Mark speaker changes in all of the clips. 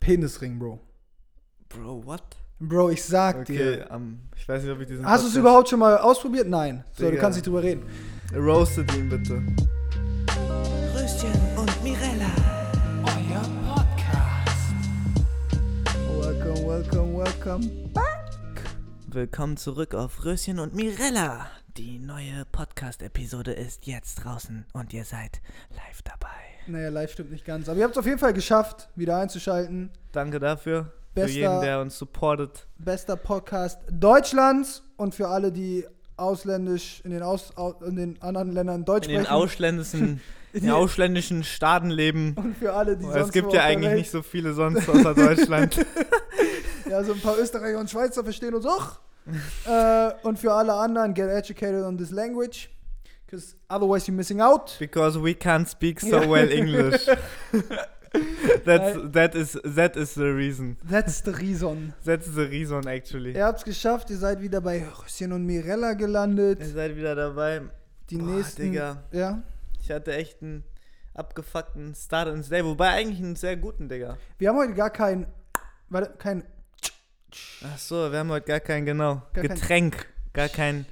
Speaker 1: Penisring, Bro.
Speaker 2: Bro, what?
Speaker 1: Bro, ich sag
Speaker 2: Okay,
Speaker 1: dir.
Speaker 2: ähm, ich weiß nicht, ob ich diesen.
Speaker 1: Hast du es
Speaker 2: Podcast-
Speaker 1: überhaupt schon mal ausprobiert? Nein. So, du
Speaker 2: Digga.
Speaker 1: kannst nicht drüber reden.
Speaker 2: Roasted ihn bitte.
Speaker 3: Röschen und Mirella. Euer Podcast.
Speaker 2: Welcome, welcome, welcome back. Willkommen zurück auf Röschen und
Speaker 3: Mirella. Die neue Podcast-Episode ist jetzt draußen und ihr seid live dabei.
Speaker 1: Naja, live stimmt nicht ganz. Aber ihr habt es auf jeden Fall geschafft, wieder einzuschalten.
Speaker 2: Danke dafür.
Speaker 1: Bester-
Speaker 2: Für jeden, der uns supportet.
Speaker 1: Bester Podcast Deutschlands und für alle, die ausländisch in den, Aus, au- in den anderen Ländern Deutsch
Speaker 2: In den
Speaker 1: sprechen.
Speaker 2: ausländischen, in
Speaker 1: den-
Speaker 2: den ausländischen Staaten leben.
Speaker 1: und für alle, die sonst
Speaker 2: Es gibt
Speaker 1: wo
Speaker 2: ja
Speaker 1: auf der
Speaker 2: eigentlich
Speaker 1: Welt-
Speaker 2: nicht so viele sonst außer Deutschland.
Speaker 1: Ja, so ein paar Österreicher und Schweizer verstehen uns auch. äh, und für alle anderen, get educated on this language. Because otherwise you're missing out.
Speaker 2: Because we can't speak so
Speaker 1: Ja.
Speaker 2: well English. That's, that, is, that is the reason.
Speaker 1: That's the reason.
Speaker 2: That's the reason actually.
Speaker 1: Ihr habt's geschafft, ihr seid wieder bei Röschen und Mirella gelandet.
Speaker 2: Ihr seid wieder dabei.
Speaker 1: Die
Speaker 2: Äh, Boah,
Speaker 1: nächsten.
Speaker 2: Digga.
Speaker 1: Ja.
Speaker 2: Ich hatte echt einen abgefuckten Start ins Day, wobei eigentlich einen sehr guten, Digga.
Speaker 1: Wir haben heute gar kein. Warte, kein.
Speaker 2: Ach so, wir haben heute gar kein, genau,
Speaker 1: Gar kein-
Speaker 2: Getränk. gar kein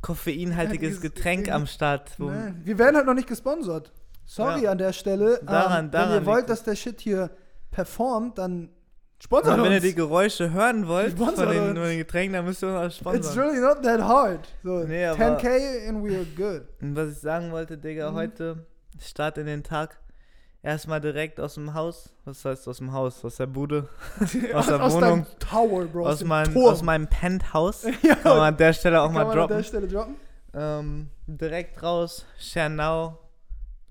Speaker 2: koffeinhaltiges
Speaker 1: Dieses-
Speaker 2: Getränk am Start. Wo,
Speaker 1: Nein. Wir werden halt noch nicht gesponsert. Sorry
Speaker 2: Ja.
Speaker 1: an der Stelle. Ähm,
Speaker 2: Daran- daran
Speaker 1: Wenn ihr
Speaker 2: liegt
Speaker 1: wollt,
Speaker 2: es.
Speaker 1: dass der Shit hier performt, dann
Speaker 2: und
Speaker 1: sponsert
Speaker 2: wenn ihr
Speaker 1: uns.
Speaker 2: die Geräusche hören wollt von
Speaker 1: Sponsor
Speaker 2: den,
Speaker 1: uns.
Speaker 2: von den Getränken, dann müsst ihr uns auch
Speaker 1: It's
Speaker 2: sponsern.
Speaker 1: really not that hard. So,
Speaker 2: Nee, aber-
Speaker 1: 10k and we are good.
Speaker 2: Und was ich sagen wollte, Digga,
Speaker 1: Mhm.
Speaker 2: heute Start in den Tag. Erstmal direkt aus dem Haus. Was heißt aus dem Haus? Aus der Bude. Aus der Wohnung.
Speaker 1: deinem Tower, Bro.
Speaker 2: Aus,
Speaker 1: dem
Speaker 2: meinem-
Speaker 1: Turm.
Speaker 2: aus meinem Penthouse.
Speaker 1: ja,
Speaker 2: Kann man an der Stelle auch
Speaker 1: kann
Speaker 2: mal
Speaker 1: man an der
Speaker 2: droppen.
Speaker 1: Stelle droppen.
Speaker 2: Ähm, direkt raus. Schernau.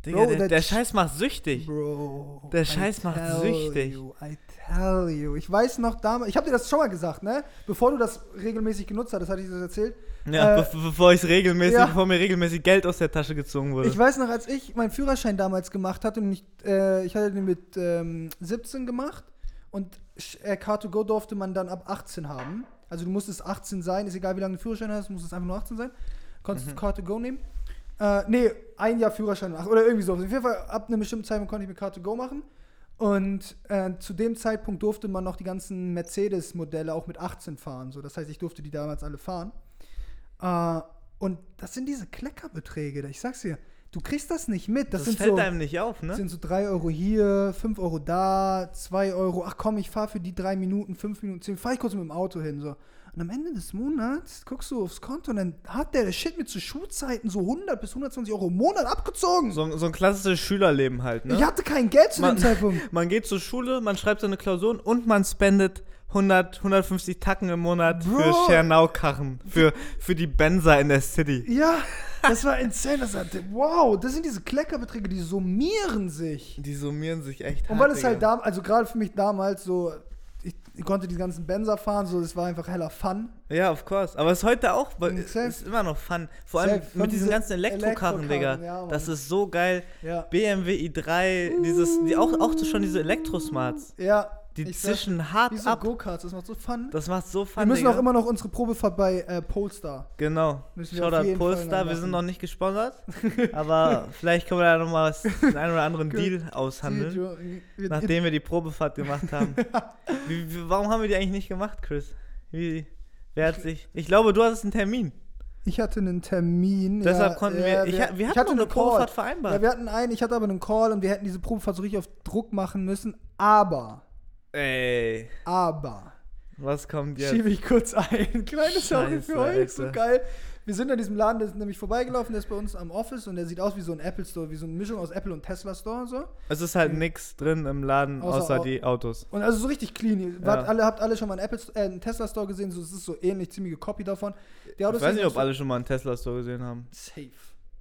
Speaker 2: Digga,
Speaker 1: Bro,
Speaker 2: der,
Speaker 1: that
Speaker 2: der
Speaker 1: sh-
Speaker 2: Scheiß macht süchtig.
Speaker 1: Bro.
Speaker 2: Der Scheiß macht
Speaker 1: tell
Speaker 2: süchtig.
Speaker 1: You, I tell you. Ich weiß noch damals, ich habe dir das schon mal gesagt, ne? Bevor du das regelmäßig genutzt hast, hatte ich dir das erzählt.
Speaker 2: Ja,
Speaker 1: Äh,
Speaker 2: be bevor ich regelmäßig,
Speaker 1: ja.
Speaker 2: bevor mir regelmäßig Geld aus der Tasche gezogen wurde.
Speaker 1: Ich weiß noch, als ich meinen Führerschein damals gemacht hatte und ich, äh, ich hatte den mit ähm, 17 gemacht und Sch- äh, Car2Go durfte man dann ab 18 haben. Also du musstest 18 sein, ist egal wie lange du Führerschein hast, du musstest einfach nur 18 sein. Konntest
Speaker 2: Mhm.
Speaker 1: du Car2Go nehmen. Äh, nee, ein Jahr Führerschein ach, oder irgendwie so. Auf jeden Fall ab einem bestimmten Zeitpunkt konnte ich mir Car2Go machen. Und äh, zu dem Zeitpunkt durfte man noch die ganzen Mercedes-Modelle auch mit 18 fahren. So. Das heißt, ich durfte die damals alle fahren. Äh, und das sind diese Kleckerbeträge. Ich sag's dir, du kriegst das nicht mit. Das,
Speaker 2: das
Speaker 1: sind,
Speaker 2: fällt
Speaker 1: so,
Speaker 2: einem nicht auf, ne?
Speaker 1: sind so 3 Euro hier, 5 Euro da, 2 Euro. Ach komm, ich fahr für die 3 Minuten, 5 Minuten, 10, fahr ich kurz mit dem Auto hin. So. Und am Ende des Monats guckst du aufs Konto und dann hat der, der Shit mir zu Schulzeiten so 100 bis 120 Euro im Monat abgezogen.
Speaker 2: So, so ein klassisches Schülerleben halt, ne?
Speaker 1: Ich hatte kein Geld zu
Speaker 2: Man-
Speaker 1: dem Zeitpunkt.
Speaker 2: Man geht zur Schule, man schreibt seine Klausuren und man spendet 100, 150 Tacken im Monat für
Speaker 1: Bro.
Speaker 2: Schernau-Karren, für, für die Benzer in der City.
Speaker 1: Ja, das war insane. Das hatte, wow, das sind diese Kleckerbeträge, die summieren sich.
Speaker 2: Die summieren sich echt
Speaker 1: Und weil
Speaker 2: hart,
Speaker 1: es
Speaker 2: Digga.
Speaker 1: halt damals, also gerade für mich damals so, ich, ich konnte die ganzen Benzer fahren, so, es war einfach heller Fun.
Speaker 2: Ja, of course. Aber es ist heute auch, weil es
Speaker 1: Safe.
Speaker 2: ist immer noch fun. Vor allem
Speaker 1: Safe. Von
Speaker 2: mit diesen
Speaker 1: diesen
Speaker 2: ganzen Elektrokarren, Digga.
Speaker 1: Elektrokarren, ja, Mann.
Speaker 2: das ist so geil.
Speaker 1: Ja.
Speaker 2: BMW i3, dieses, die, auch, auch schon diese Elektrosmarts.
Speaker 1: Ja.
Speaker 2: Die
Speaker 1: ich sag,
Speaker 2: zischen hart
Speaker 1: Wie so
Speaker 2: ab.
Speaker 1: Go-Karts, das macht so Fun.
Speaker 2: Das macht so
Speaker 1: Wir
Speaker 2: Fun,
Speaker 1: müssen
Speaker 2: Digga.
Speaker 1: auch immer noch unsere Probefahrt bei äh, Polestar.
Speaker 2: Genau.
Speaker 1: Müssen wir auf
Speaker 2: Shoutout
Speaker 1: jeden Fall
Speaker 2: Polestar, wir
Speaker 1: machen.
Speaker 2: sind noch nicht gesponsert, aber vielleicht können wir da nochmal was- den einen oder anderen Deal aushandeln,
Speaker 1: Die- die- die-
Speaker 2: nachdem wir die Probefahrt gemacht haben. wie, wie, warum haben wir die eigentlich nicht gemacht, Chris? Wie, wer hat sich... Ich glaube, du hattest einen Termin.
Speaker 1: Ich hatte einen Termin.
Speaker 2: Deshalb
Speaker 1: ja,
Speaker 2: konnten
Speaker 1: ja,
Speaker 2: wir... Ich, ha- wir hatten
Speaker 1: ich hatte
Speaker 2: noch eine
Speaker 1: Call.
Speaker 2: Probefahrt
Speaker 1: Ja,
Speaker 2: vereinbart.
Speaker 1: wir hatten einen, ich hatte aber einen Call und wir hätten diese Probefahrt so richtig auf Druck machen müssen, aber,
Speaker 2: Ey,
Speaker 1: aber.
Speaker 2: was kommt jetzt?
Speaker 1: Schiebe ich kurz ein. Kleine Sorry
Speaker 2: Scheiße,
Speaker 1: für euch, so
Speaker 2: Alter.
Speaker 1: geil. Wir sind an diesem Laden, der ist nämlich vorbeigelaufen, der ist bei uns am Office und der sieht aus wie so ein Apple Store, wie so eine Mischung aus Apple und Tesla Store und so.
Speaker 2: Es ist halt nichts drin im Laden,
Speaker 1: Außer
Speaker 2: außer,
Speaker 1: Au-
Speaker 2: die Autos.
Speaker 1: Und also so richtig clean. Ihr
Speaker 2: Ja.
Speaker 1: wart alle, habt alle schon mal einen, Apple, Sto- äh, einen Tesla Store gesehen, so, es ist so ähnlich, ziemliche Copy davon. Die
Speaker 2: Ich
Speaker 1: Autos
Speaker 2: weiß
Speaker 1: sehen
Speaker 2: nicht,
Speaker 1: aus
Speaker 2: ob alle schon mal einen Tesla-Store gesehen haben.
Speaker 1: so safe.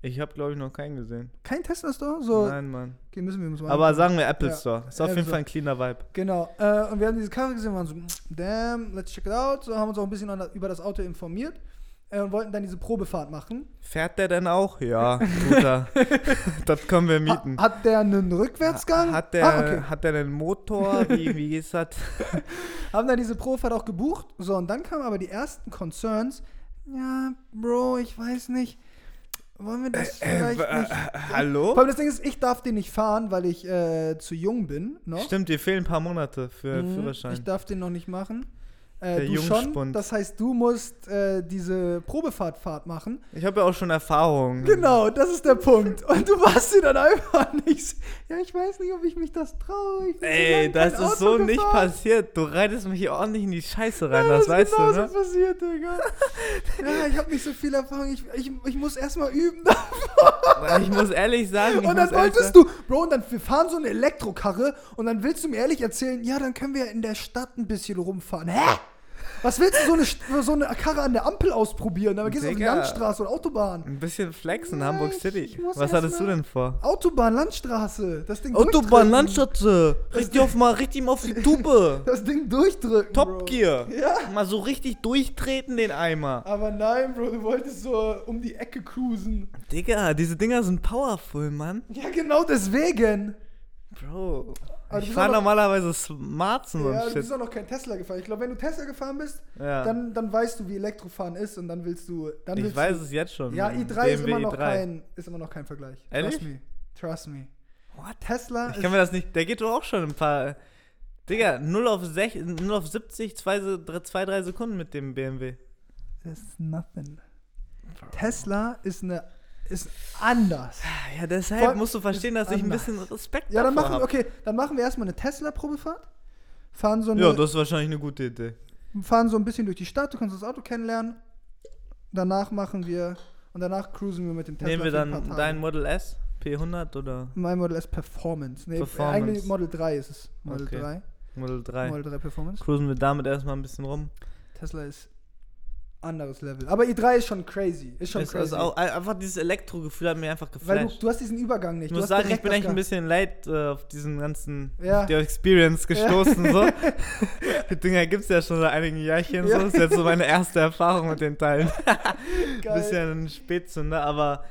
Speaker 2: Ich habe, glaube ich, noch keinen gesehen.
Speaker 1: Kein Tesla Store? So,
Speaker 2: Nein, Mann.
Speaker 1: okay, müssen wir uns mal
Speaker 2: Aber sagen wir Apple
Speaker 1: Ja,
Speaker 2: Store. Ist
Speaker 1: Apple
Speaker 2: auf jeden
Speaker 1: Store.
Speaker 2: Fall ein cleaner Vibe.
Speaker 1: Genau. Äh, und wir haben diese Karre gesehen und waren so, damn, let's check it out. So haben uns auch ein bisschen an, über das Auto informiert äh, und wollten dann diese Probefahrt machen.
Speaker 2: Fährt der denn auch? Ja, guter. das können wir
Speaker 1: Ha,
Speaker 2: mieten.
Speaker 1: hat der einen Rückwärtsgang?
Speaker 2: Hat der,
Speaker 1: Ah, okay.
Speaker 2: hat der einen Motor? Wie, wie ist das?
Speaker 1: Haben dann diese Profahrt auch gebucht. So, und dann kamen aber die ersten Concerns. Ja, Bro, ich weiß nicht. Wollen wir das vielleicht
Speaker 2: Äh,
Speaker 1: nicht?
Speaker 2: äh,
Speaker 1: Vor
Speaker 2: hallo?
Speaker 1: allem das Ding ist, ich darf den nicht fahren, weil ich äh, zu jung bin. Noch.
Speaker 2: Stimmt, dir fehlen ein paar Monate für
Speaker 1: Mhm, Ich
Speaker 2: Führerschein.
Speaker 1: darf den noch nicht machen.
Speaker 2: Der
Speaker 1: Äh, du schon.
Speaker 2: Jungspund.
Speaker 1: Das heißt, du musst äh, diese Probefahrtfahrt machen.
Speaker 2: Ich habe ja auch schon Erfahrung.
Speaker 1: Genau, das ist der Punkt. Und du warst dir dann einfach nicht. Ja, ich weiß nicht, ob ich mich das traue. Ich bin so
Speaker 2: Ey,
Speaker 1: lange
Speaker 2: das
Speaker 1: kein
Speaker 2: ist
Speaker 1: Auto
Speaker 2: so nicht
Speaker 1: gefahren.
Speaker 2: passiert. Du reitest mich hier ordentlich in die Scheiße rein,
Speaker 1: Ja,
Speaker 2: das,
Speaker 1: ist
Speaker 2: weißt
Speaker 1: genau
Speaker 2: du,
Speaker 1: so
Speaker 2: ne?
Speaker 1: passiert, Digga. ja, ich habe nicht so viel Erfahrung. Ich, ich, ich muss erstmal üben.
Speaker 2: Ich muss ehrlich sagen,
Speaker 1: Und
Speaker 2: ich
Speaker 1: dann
Speaker 2: muss ehrlich
Speaker 1: wolltest
Speaker 2: sagen,
Speaker 1: du, Bro, und dann wir fahren so eine Elektrokarre und dann willst du mir ehrlich erzählen, ja, dann können wir in der Stadt ein bisschen rumfahren. Hä? Was willst du so eine, St- so eine Karre an der Ampel ausprobieren? Aber gehst du auf die
Speaker 2: Digga.
Speaker 1: Landstraße oder Autobahn?
Speaker 2: ein bisschen flexen,
Speaker 1: Ja,
Speaker 2: Hamburg
Speaker 1: ich-
Speaker 2: City.
Speaker 1: ich muss
Speaker 2: Was
Speaker 1: erst
Speaker 2: hattest du
Speaker 1: mal-
Speaker 2: denn vor?
Speaker 1: Autobahn, Landstraße. Das Ding
Speaker 2: Autobahn,
Speaker 1: durchdrücken.
Speaker 2: Landschatze. Richtig auf mal, richtig mal auf die Tube.
Speaker 1: Das Ding durchdrücken. Bro.
Speaker 2: Top Gear.
Speaker 1: Ja.
Speaker 2: Mal so richtig durchtreten den Eimer.
Speaker 1: Aber nein, Bro, du wolltest so um die Ecke cruisen.
Speaker 2: Digga, diese Dinger sind powerful, Mann.
Speaker 1: Ja, genau deswegen.
Speaker 2: Bro.
Speaker 1: Aber du
Speaker 2: ich
Speaker 1: bist
Speaker 2: fahr
Speaker 1: aber-
Speaker 2: normalerweise Smarzen
Speaker 1: Ja,
Speaker 2: und
Speaker 1: du bist
Speaker 2: Oh, shit.
Speaker 1: auch noch kein Tesla gefahren. Ich glaube, wenn du Tesla gefahren bist,
Speaker 2: Ja.
Speaker 1: dann, dann weißt du, wie Elektrofahren ist und dann willst du. Dann
Speaker 2: ich
Speaker 1: willst
Speaker 2: weiß
Speaker 1: du,
Speaker 2: es jetzt schon.
Speaker 1: Ja,
Speaker 2: mit dem
Speaker 1: i3 ist immer,
Speaker 2: BMW
Speaker 1: noch
Speaker 2: i3.
Speaker 1: Kein, ist immer noch kein Vergleich.
Speaker 2: Ehrlich?
Speaker 1: Trust me. Trust me.
Speaker 2: What?
Speaker 1: Tesla
Speaker 2: Ich kann mir das nicht. Der geht doch auch schon ein paar. Digga, 0 auf, 6, 0 auf 70, 2, 3 Sekunden mit dem BMW.
Speaker 1: ist, ist nothing. Tesla ist eine ist anders.
Speaker 2: Ja, deshalb
Speaker 1: Voll-
Speaker 2: musst du verstehen, dass ich ein
Speaker 1: anders.
Speaker 2: bisschen Respekt
Speaker 1: Ja, dann
Speaker 2: davor
Speaker 1: machen wir,
Speaker 2: hab.
Speaker 1: okay, dann machen wir erstmal eine Tesla Probefahrt. Fahren so eine,
Speaker 2: Ja, das ist wahrscheinlich eine gute Idee.
Speaker 1: fahren so ein bisschen durch die Stadt, du kannst das Auto kennenlernen. Danach machen wir und danach cruisen wir mit dem Tesla
Speaker 2: Nehmen wir
Speaker 1: für ein paar
Speaker 2: dann
Speaker 1: Tage.
Speaker 2: dein Model S, P100 oder
Speaker 1: mein Model S Performance. Nee,
Speaker 2: Performance.
Speaker 1: eigentlich Model 3 ist es. Model
Speaker 2: Okay.
Speaker 1: 3.
Speaker 2: Model 3.
Speaker 1: Model 3 Performance.
Speaker 2: Cruisen wir damit erstmal ein bisschen rum.
Speaker 1: Tesla ist anderes Level. Aber i3 ist schon crazy. Ist schon
Speaker 2: Es-
Speaker 1: crazy.
Speaker 2: es auch, einfach dieses Elektrogefühl hat mir einfach
Speaker 1: Weil du,
Speaker 2: geflasht.
Speaker 1: du hast diesen Übergang nicht.
Speaker 2: Ich
Speaker 1: Du
Speaker 2: muss
Speaker 1: hast
Speaker 2: sagen, ich
Speaker 1: direkt
Speaker 2: bin
Speaker 1: das
Speaker 2: echt ein
Speaker 1: Gang.
Speaker 2: bisschen leid äh, auf diesen ganzen
Speaker 1: Ja.
Speaker 2: der Experience gestoßen. So. Die Dinger gibt es ja schon seit einigen Jahrchen. So.
Speaker 1: Ja.
Speaker 2: Das ist jetzt so meine erste Erfahrung mit den Teilen.
Speaker 1: Geil.
Speaker 2: Bisschen ein Spätzünder, aber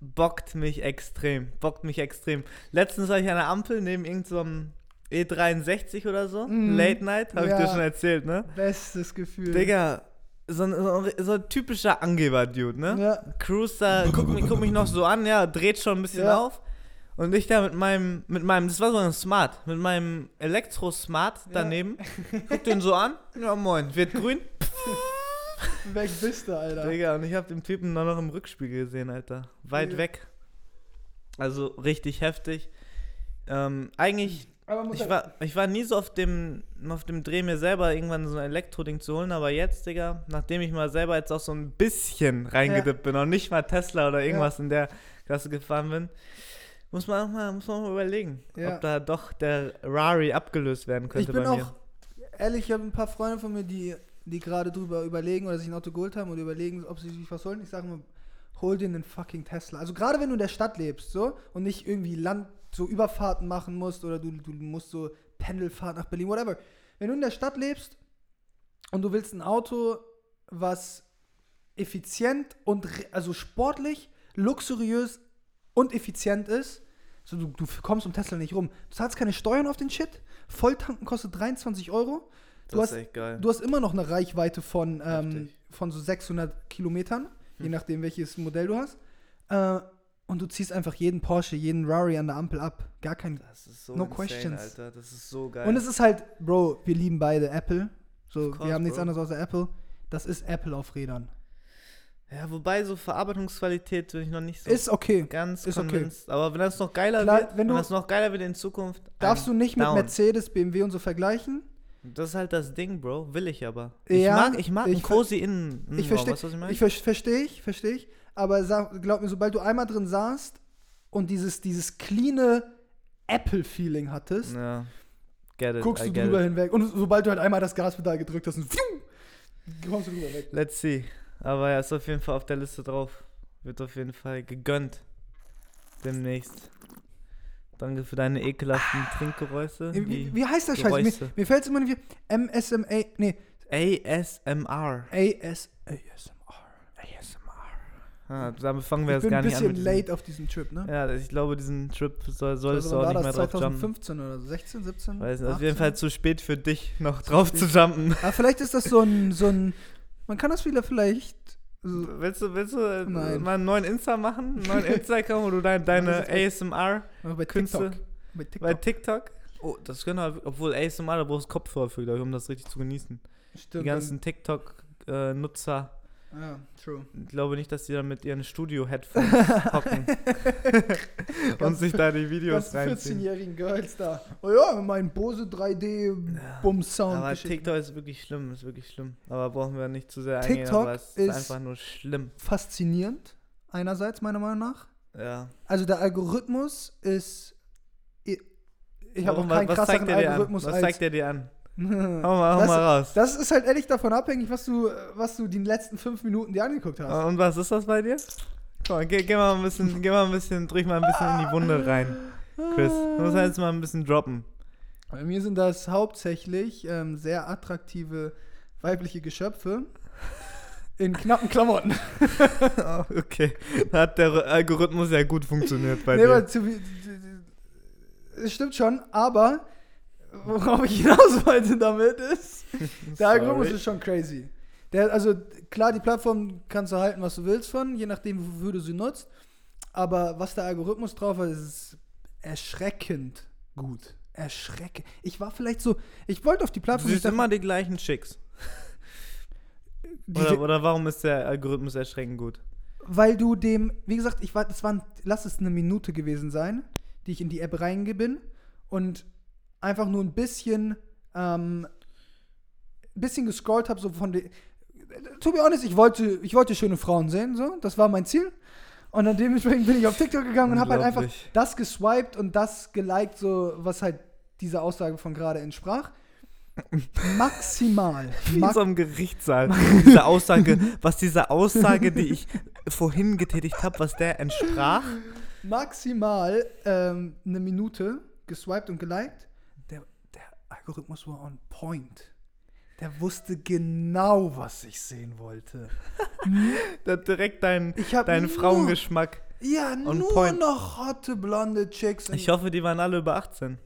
Speaker 2: bockt mich extrem. Bockt mich extrem. Letztens war ich an der Ampel neben irgendeinem so E63 oder so.
Speaker 1: Mhm.
Speaker 2: Late Night, habe ich
Speaker 1: Ja.
Speaker 2: dir schon erzählt, ne?
Speaker 1: Bestes Gefühl.
Speaker 2: Digga, so ein, so ein, so ein typischer Angeber-Dude, ne?
Speaker 1: Ja.
Speaker 2: Cruise da, guck mich, guck mich noch so an, ja, dreht schon ein bisschen
Speaker 1: Ja.
Speaker 2: auf. Und ich da mit meinem, mit meinem, das war so ein Smart, mit meinem Elektro-Smart daneben, guck den so an, ja moin, wird grün.
Speaker 1: Weg bist du, Alter.
Speaker 2: Digga, und ich hab den Typen nur noch im Rückspiegel gesehen, Alter. Weit
Speaker 1: Ja.
Speaker 2: weg. Also richtig heftig. Ähm, eigentlich
Speaker 1: Aber muss
Speaker 2: ich
Speaker 1: halt-
Speaker 2: war, ich war nie so auf dem, auf dem Dreh, mir selber irgendwann so ein Elektroding zu holen, aber jetzt, Digga, nachdem ich mal selber jetzt auch so ein bisschen reingedippt bin und nicht mal Tesla oder irgendwas in der Klasse gefahren bin, muss man auch mal, muss man auch mal überlegen,
Speaker 1: Ja.
Speaker 2: ob da doch der Rari abgelöst werden
Speaker 1: ich
Speaker 2: könnte
Speaker 1: bin
Speaker 2: bei mir.
Speaker 1: auch, ehrlich, ich habe ein paar Freunde von mir, die, die gerade drüber überlegen oder sich ein Auto geholt haben oder überlegen, ob sie sich was holen. Ich sage immer, hol dir einen fucking Tesla. Also gerade wenn du in der Stadt lebst so und nicht irgendwie Land, so Überfahrten machen musst oder du, du musst so Pendelfahrt nach Berlin, whatever. Wenn du in der Stadt lebst und du willst ein Auto, was effizient und re- also sportlich, luxuriös und effizient ist. So, du, du kommst um Tesla nicht rum. Du zahlst keine Steuern auf den Shit. Volltanken kostet 23 Euro. Du hast,
Speaker 2: echt geil.
Speaker 1: du hast immer noch eine Reichweite von, ähm,
Speaker 2: Heftig. Hm.
Speaker 1: von so 600 Kilometern, je nachdem welches Modell du hast. Äh, und du ziehst einfach jeden Porsche, jeden Rari an der Ampel ab. Gar kein.
Speaker 2: das ist so
Speaker 1: no insane, questions.
Speaker 2: Alter. Das ist so geil.
Speaker 1: Und es ist halt, Bro, wir lieben beide Apple. So,
Speaker 2: course,
Speaker 1: wir haben nichts
Speaker 2: Bro.
Speaker 1: anderes außer Apple. Das ist Apple auf Rädern.
Speaker 2: ja, wobei so Verarbeitungsqualität bin ich noch nicht so
Speaker 1: Ist okay.
Speaker 2: ganz
Speaker 1: ist okay.
Speaker 2: convinced. Aber wenn das noch geiler
Speaker 1: Klar,
Speaker 2: wird,
Speaker 1: wenn du-
Speaker 2: das noch geiler wird in Zukunft,
Speaker 1: Darfst
Speaker 2: I'm
Speaker 1: du nicht mit
Speaker 2: down.
Speaker 1: Mercedes, BMW und so vergleichen?
Speaker 2: Das ist halt das Ding, Bro. Will ich aber. Ich
Speaker 1: Ja,
Speaker 2: mag, ich mag
Speaker 1: ich
Speaker 2: einen
Speaker 1: ver-
Speaker 2: cozy Innen.
Speaker 1: Ich
Speaker 2: Innenraum,
Speaker 1: verstehe,
Speaker 2: Weißt du, was ich meine?
Speaker 1: ich ver verstehe ich, verstehe ich. Aber sag, glaub mir, sobald du einmal drin saßt und dieses, dieses cleane Apple-Feeling hattest,
Speaker 2: ja. Get it,
Speaker 1: guckst
Speaker 2: I
Speaker 1: du
Speaker 2: get
Speaker 1: drüber
Speaker 2: it.
Speaker 1: hinweg. Und sobald du halt einmal das Gaspedal gedrückt hast, und fium, kommst du drüber weg.
Speaker 2: Let's see. Aber ja, ist auf jeden Fall auf der Liste drauf. Wird auf jeden Fall gegönnt. Demnächst. Danke für deine ekelhaften Trinkgeräusche.
Speaker 1: Ah. Wie,
Speaker 2: Die
Speaker 1: wie heißt der Scheiß? Mir,
Speaker 2: Geräusche.
Speaker 1: mir fällt es immer nicht. MSMA, nee,
Speaker 2: ASMR.
Speaker 1: AS, ASMR. ASMR.
Speaker 2: Ah, damit fangen
Speaker 1: Ich
Speaker 2: wir jetzt
Speaker 1: bin
Speaker 2: gar
Speaker 1: ein
Speaker 2: nicht an.
Speaker 1: bisschen
Speaker 2: mit diesem-
Speaker 1: late auf diesen Trip, ne?
Speaker 2: Ja, ich glaube, diesen Trip soll, solltest
Speaker 1: wann
Speaker 2: du auch
Speaker 1: war
Speaker 2: nicht mehr
Speaker 1: das?
Speaker 2: drauf jumpen.
Speaker 1: 2015 oder so? 16, 17?
Speaker 2: Weiß nicht, auf jeden
Speaker 1: 18?
Speaker 2: Fall zu spät für dich, noch drauf zu jumpen.
Speaker 1: Ah, Aber vielleicht ist das so ein, so ein. Man kann das wieder vielleicht So,
Speaker 2: Willst du, willst du äh,
Speaker 1: Nein.
Speaker 2: mal einen neuen Insta machen? Einen neuen Insta-Account, wo du dein, deine
Speaker 1: Das
Speaker 2: ASMR
Speaker 1: aber bei
Speaker 2: Künste.
Speaker 1: TikTok. Bei
Speaker 2: bei
Speaker 1: TikTok.
Speaker 2: TikTok. Oh, das können wir, obwohl ASMR, da brauchst du Kopfhörer für, glaub ich, um das richtig zu genießen. Die
Speaker 1: Stimmt.
Speaker 2: ganzen TikTok-Nutzer,
Speaker 1: Ja, true.
Speaker 2: ich glaube nicht, dass die da mit ihren Studio-Headphones hocken und sich da die Videos
Speaker 1: Ganz
Speaker 2: reinziehen.
Speaker 1: 14-jährigen Girls da. Oh ja, mein Bose 3D-Bums-Sound.
Speaker 2: Aber TikTok ist wirklich schlimm, ist wirklich schlimm. Aber brauchen wir nicht zu sehr eingehen,
Speaker 1: TikTok
Speaker 2: aber es ist
Speaker 1: ist-
Speaker 2: einfach nur schlimm.
Speaker 1: faszinierend, einerseits, meiner Meinung nach.
Speaker 2: Ja.
Speaker 1: Also der Algorithmus ist. Ich, ich habe auch
Speaker 2: Warum-
Speaker 1: keinen
Speaker 2: was
Speaker 1: krasseren
Speaker 2: zeigt er dir an?
Speaker 1: Algorithmus
Speaker 2: Was
Speaker 1: als.
Speaker 2: zeigt er dir an?
Speaker 1: das,
Speaker 2: Hau mal, hau mal raus.
Speaker 1: das ist halt ehrlich davon abhängig, was du, was du die letzten fünf Minuten dir angeguckt hast.
Speaker 2: Und was ist das bei dir? Komm, mal, geh, geh mal ein bisschen, geh mal ein bisschen, drück mal ein bisschen in die Wunde rein, Oh, Chris. Du musst halt jetzt mal ein bisschen droppen.
Speaker 1: Bei mir sind das hauptsächlich ähm, sehr attraktive weibliche Geschöpfe in knappen Klamotten.
Speaker 2: Ah, okay. Da hat der Algorithmus ja gut funktioniert bei
Speaker 1: Nee, aber
Speaker 2: dir.
Speaker 1: zu, viel- es stimmt schon, aber worauf ich hinaus wollte damit ist, der Algorithmus
Speaker 2: Sorry.
Speaker 1: ist schon crazy. Der, also klar, die Plattform kannst du halten, was du willst von, je nachdem, wofür du sie nutzt. Aber was der Algorithmus drauf hat, ist erschreckend gut. Erschreckend. Ich war vielleicht so, ich wollte auf die
Speaker 2: Du
Speaker 1: Plattform. ich
Speaker 2: siehst
Speaker 1: dachte,
Speaker 2: immer die gleichen Chicks.
Speaker 1: die-
Speaker 2: Oder, oder warum ist der Algorithmus erschreckend gut?
Speaker 1: weil du dem, wie gesagt, ich war, das waren, lass es eine Minute gewesen sein, die ich in die App reinge bin und einfach nur ein bisschen, ähm, ein bisschen gescrollt habe, so von den. To be honest, ich wollte, ich wollte schöne Frauen sehen, so, das war mein Ziel. Und dann dementsprechend bin ich auf TikTok gegangen und habe halt einfach
Speaker 2: Unglaublich.
Speaker 1: das geswiped und das geliked, so was halt dieser Aussage von gerade entsprach. Maximal.
Speaker 2: Wie in
Speaker 1: Max
Speaker 2: so einem Gerichtssaal. Diese Aussage, was diese Aussage, die ich vorhin getätigt habe, was der entsprach.
Speaker 1: maximal ähm, eine Minute geswiped und geliked. Der, der Algorithmus war on point. Der wusste genau, was ich sehen wollte.
Speaker 2: Der hat direkt deinen,
Speaker 1: Ich hab
Speaker 2: deinen
Speaker 1: nur-
Speaker 2: Frauengeschmack.
Speaker 1: Ja,
Speaker 2: On
Speaker 1: nur
Speaker 2: point.
Speaker 1: noch hotte blonde Chicks.
Speaker 2: Ich hoffe, die waren alle über 18.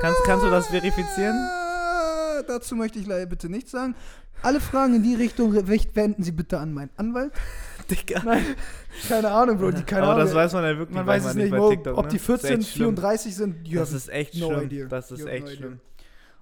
Speaker 2: Kannst, kannst du das verifizieren?
Speaker 1: Äh, dazu möchte ich leider bitte nichts sagen. Alle Fragen in die Richtung richt- wenden Sie bitte an meinen Anwalt.
Speaker 2: Digga.
Speaker 1: Keine Ahnung, Bro. Die, keine
Speaker 2: Aber
Speaker 1: Ahnung.
Speaker 2: das weiß man ja wirklich
Speaker 1: man weiß es
Speaker 2: manchmal
Speaker 1: nicht,
Speaker 2: bei
Speaker 1: wo,
Speaker 2: TikTok,
Speaker 1: ob
Speaker 2: ne?
Speaker 1: die
Speaker 2: Das ist
Speaker 1: 14,
Speaker 2: echt schlimm.
Speaker 1: 34 sind. You
Speaker 2: Das
Speaker 1: have
Speaker 2: ist echt
Speaker 1: no
Speaker 2: schlimm.
Speaker 1: idea.
Speaker 2: Das ist
Speaker 1: You have
Speaker 2: echt
Speaker 1: no idea.
Speaker 2: schlimm.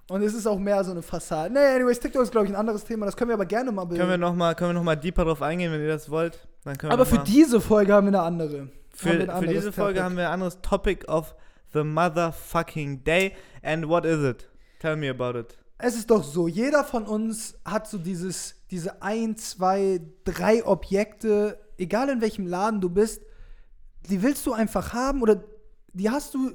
Speaker 1: Und es ist auch mehr so eine Fassade. Nee, anyways, TikTok ist, glaube ich, ein anderes Thema. Das können wir aber gerne mal be-
Speaker 2: Können wir nochmal noch mal deeper drauf eingehen, wenn ihr das wollt? Dann können wir
Speaker 1: Aber
Speaker 2: noch
Speaker 1: für
Speaker 2: mal-
Speaker 1: diese Folge haben wir eine andere.
Speaker 2: für,
Speaker 1: haben wir ein
Speaker 2: für
Speaker 1: anderes
Speaker 2: diese Folge
Speaker 1: Topic.
Speaker 2: haben wir ein anderes Topic of the motherfucking day. And what is it? Tell me about it.
Speaker 1: Es ist doch so, jeder von uns hat so dieses, diese ein, zwei, drei Objekte, egal in welchem Laden du bist, die willst du einfach haben oder die hast du,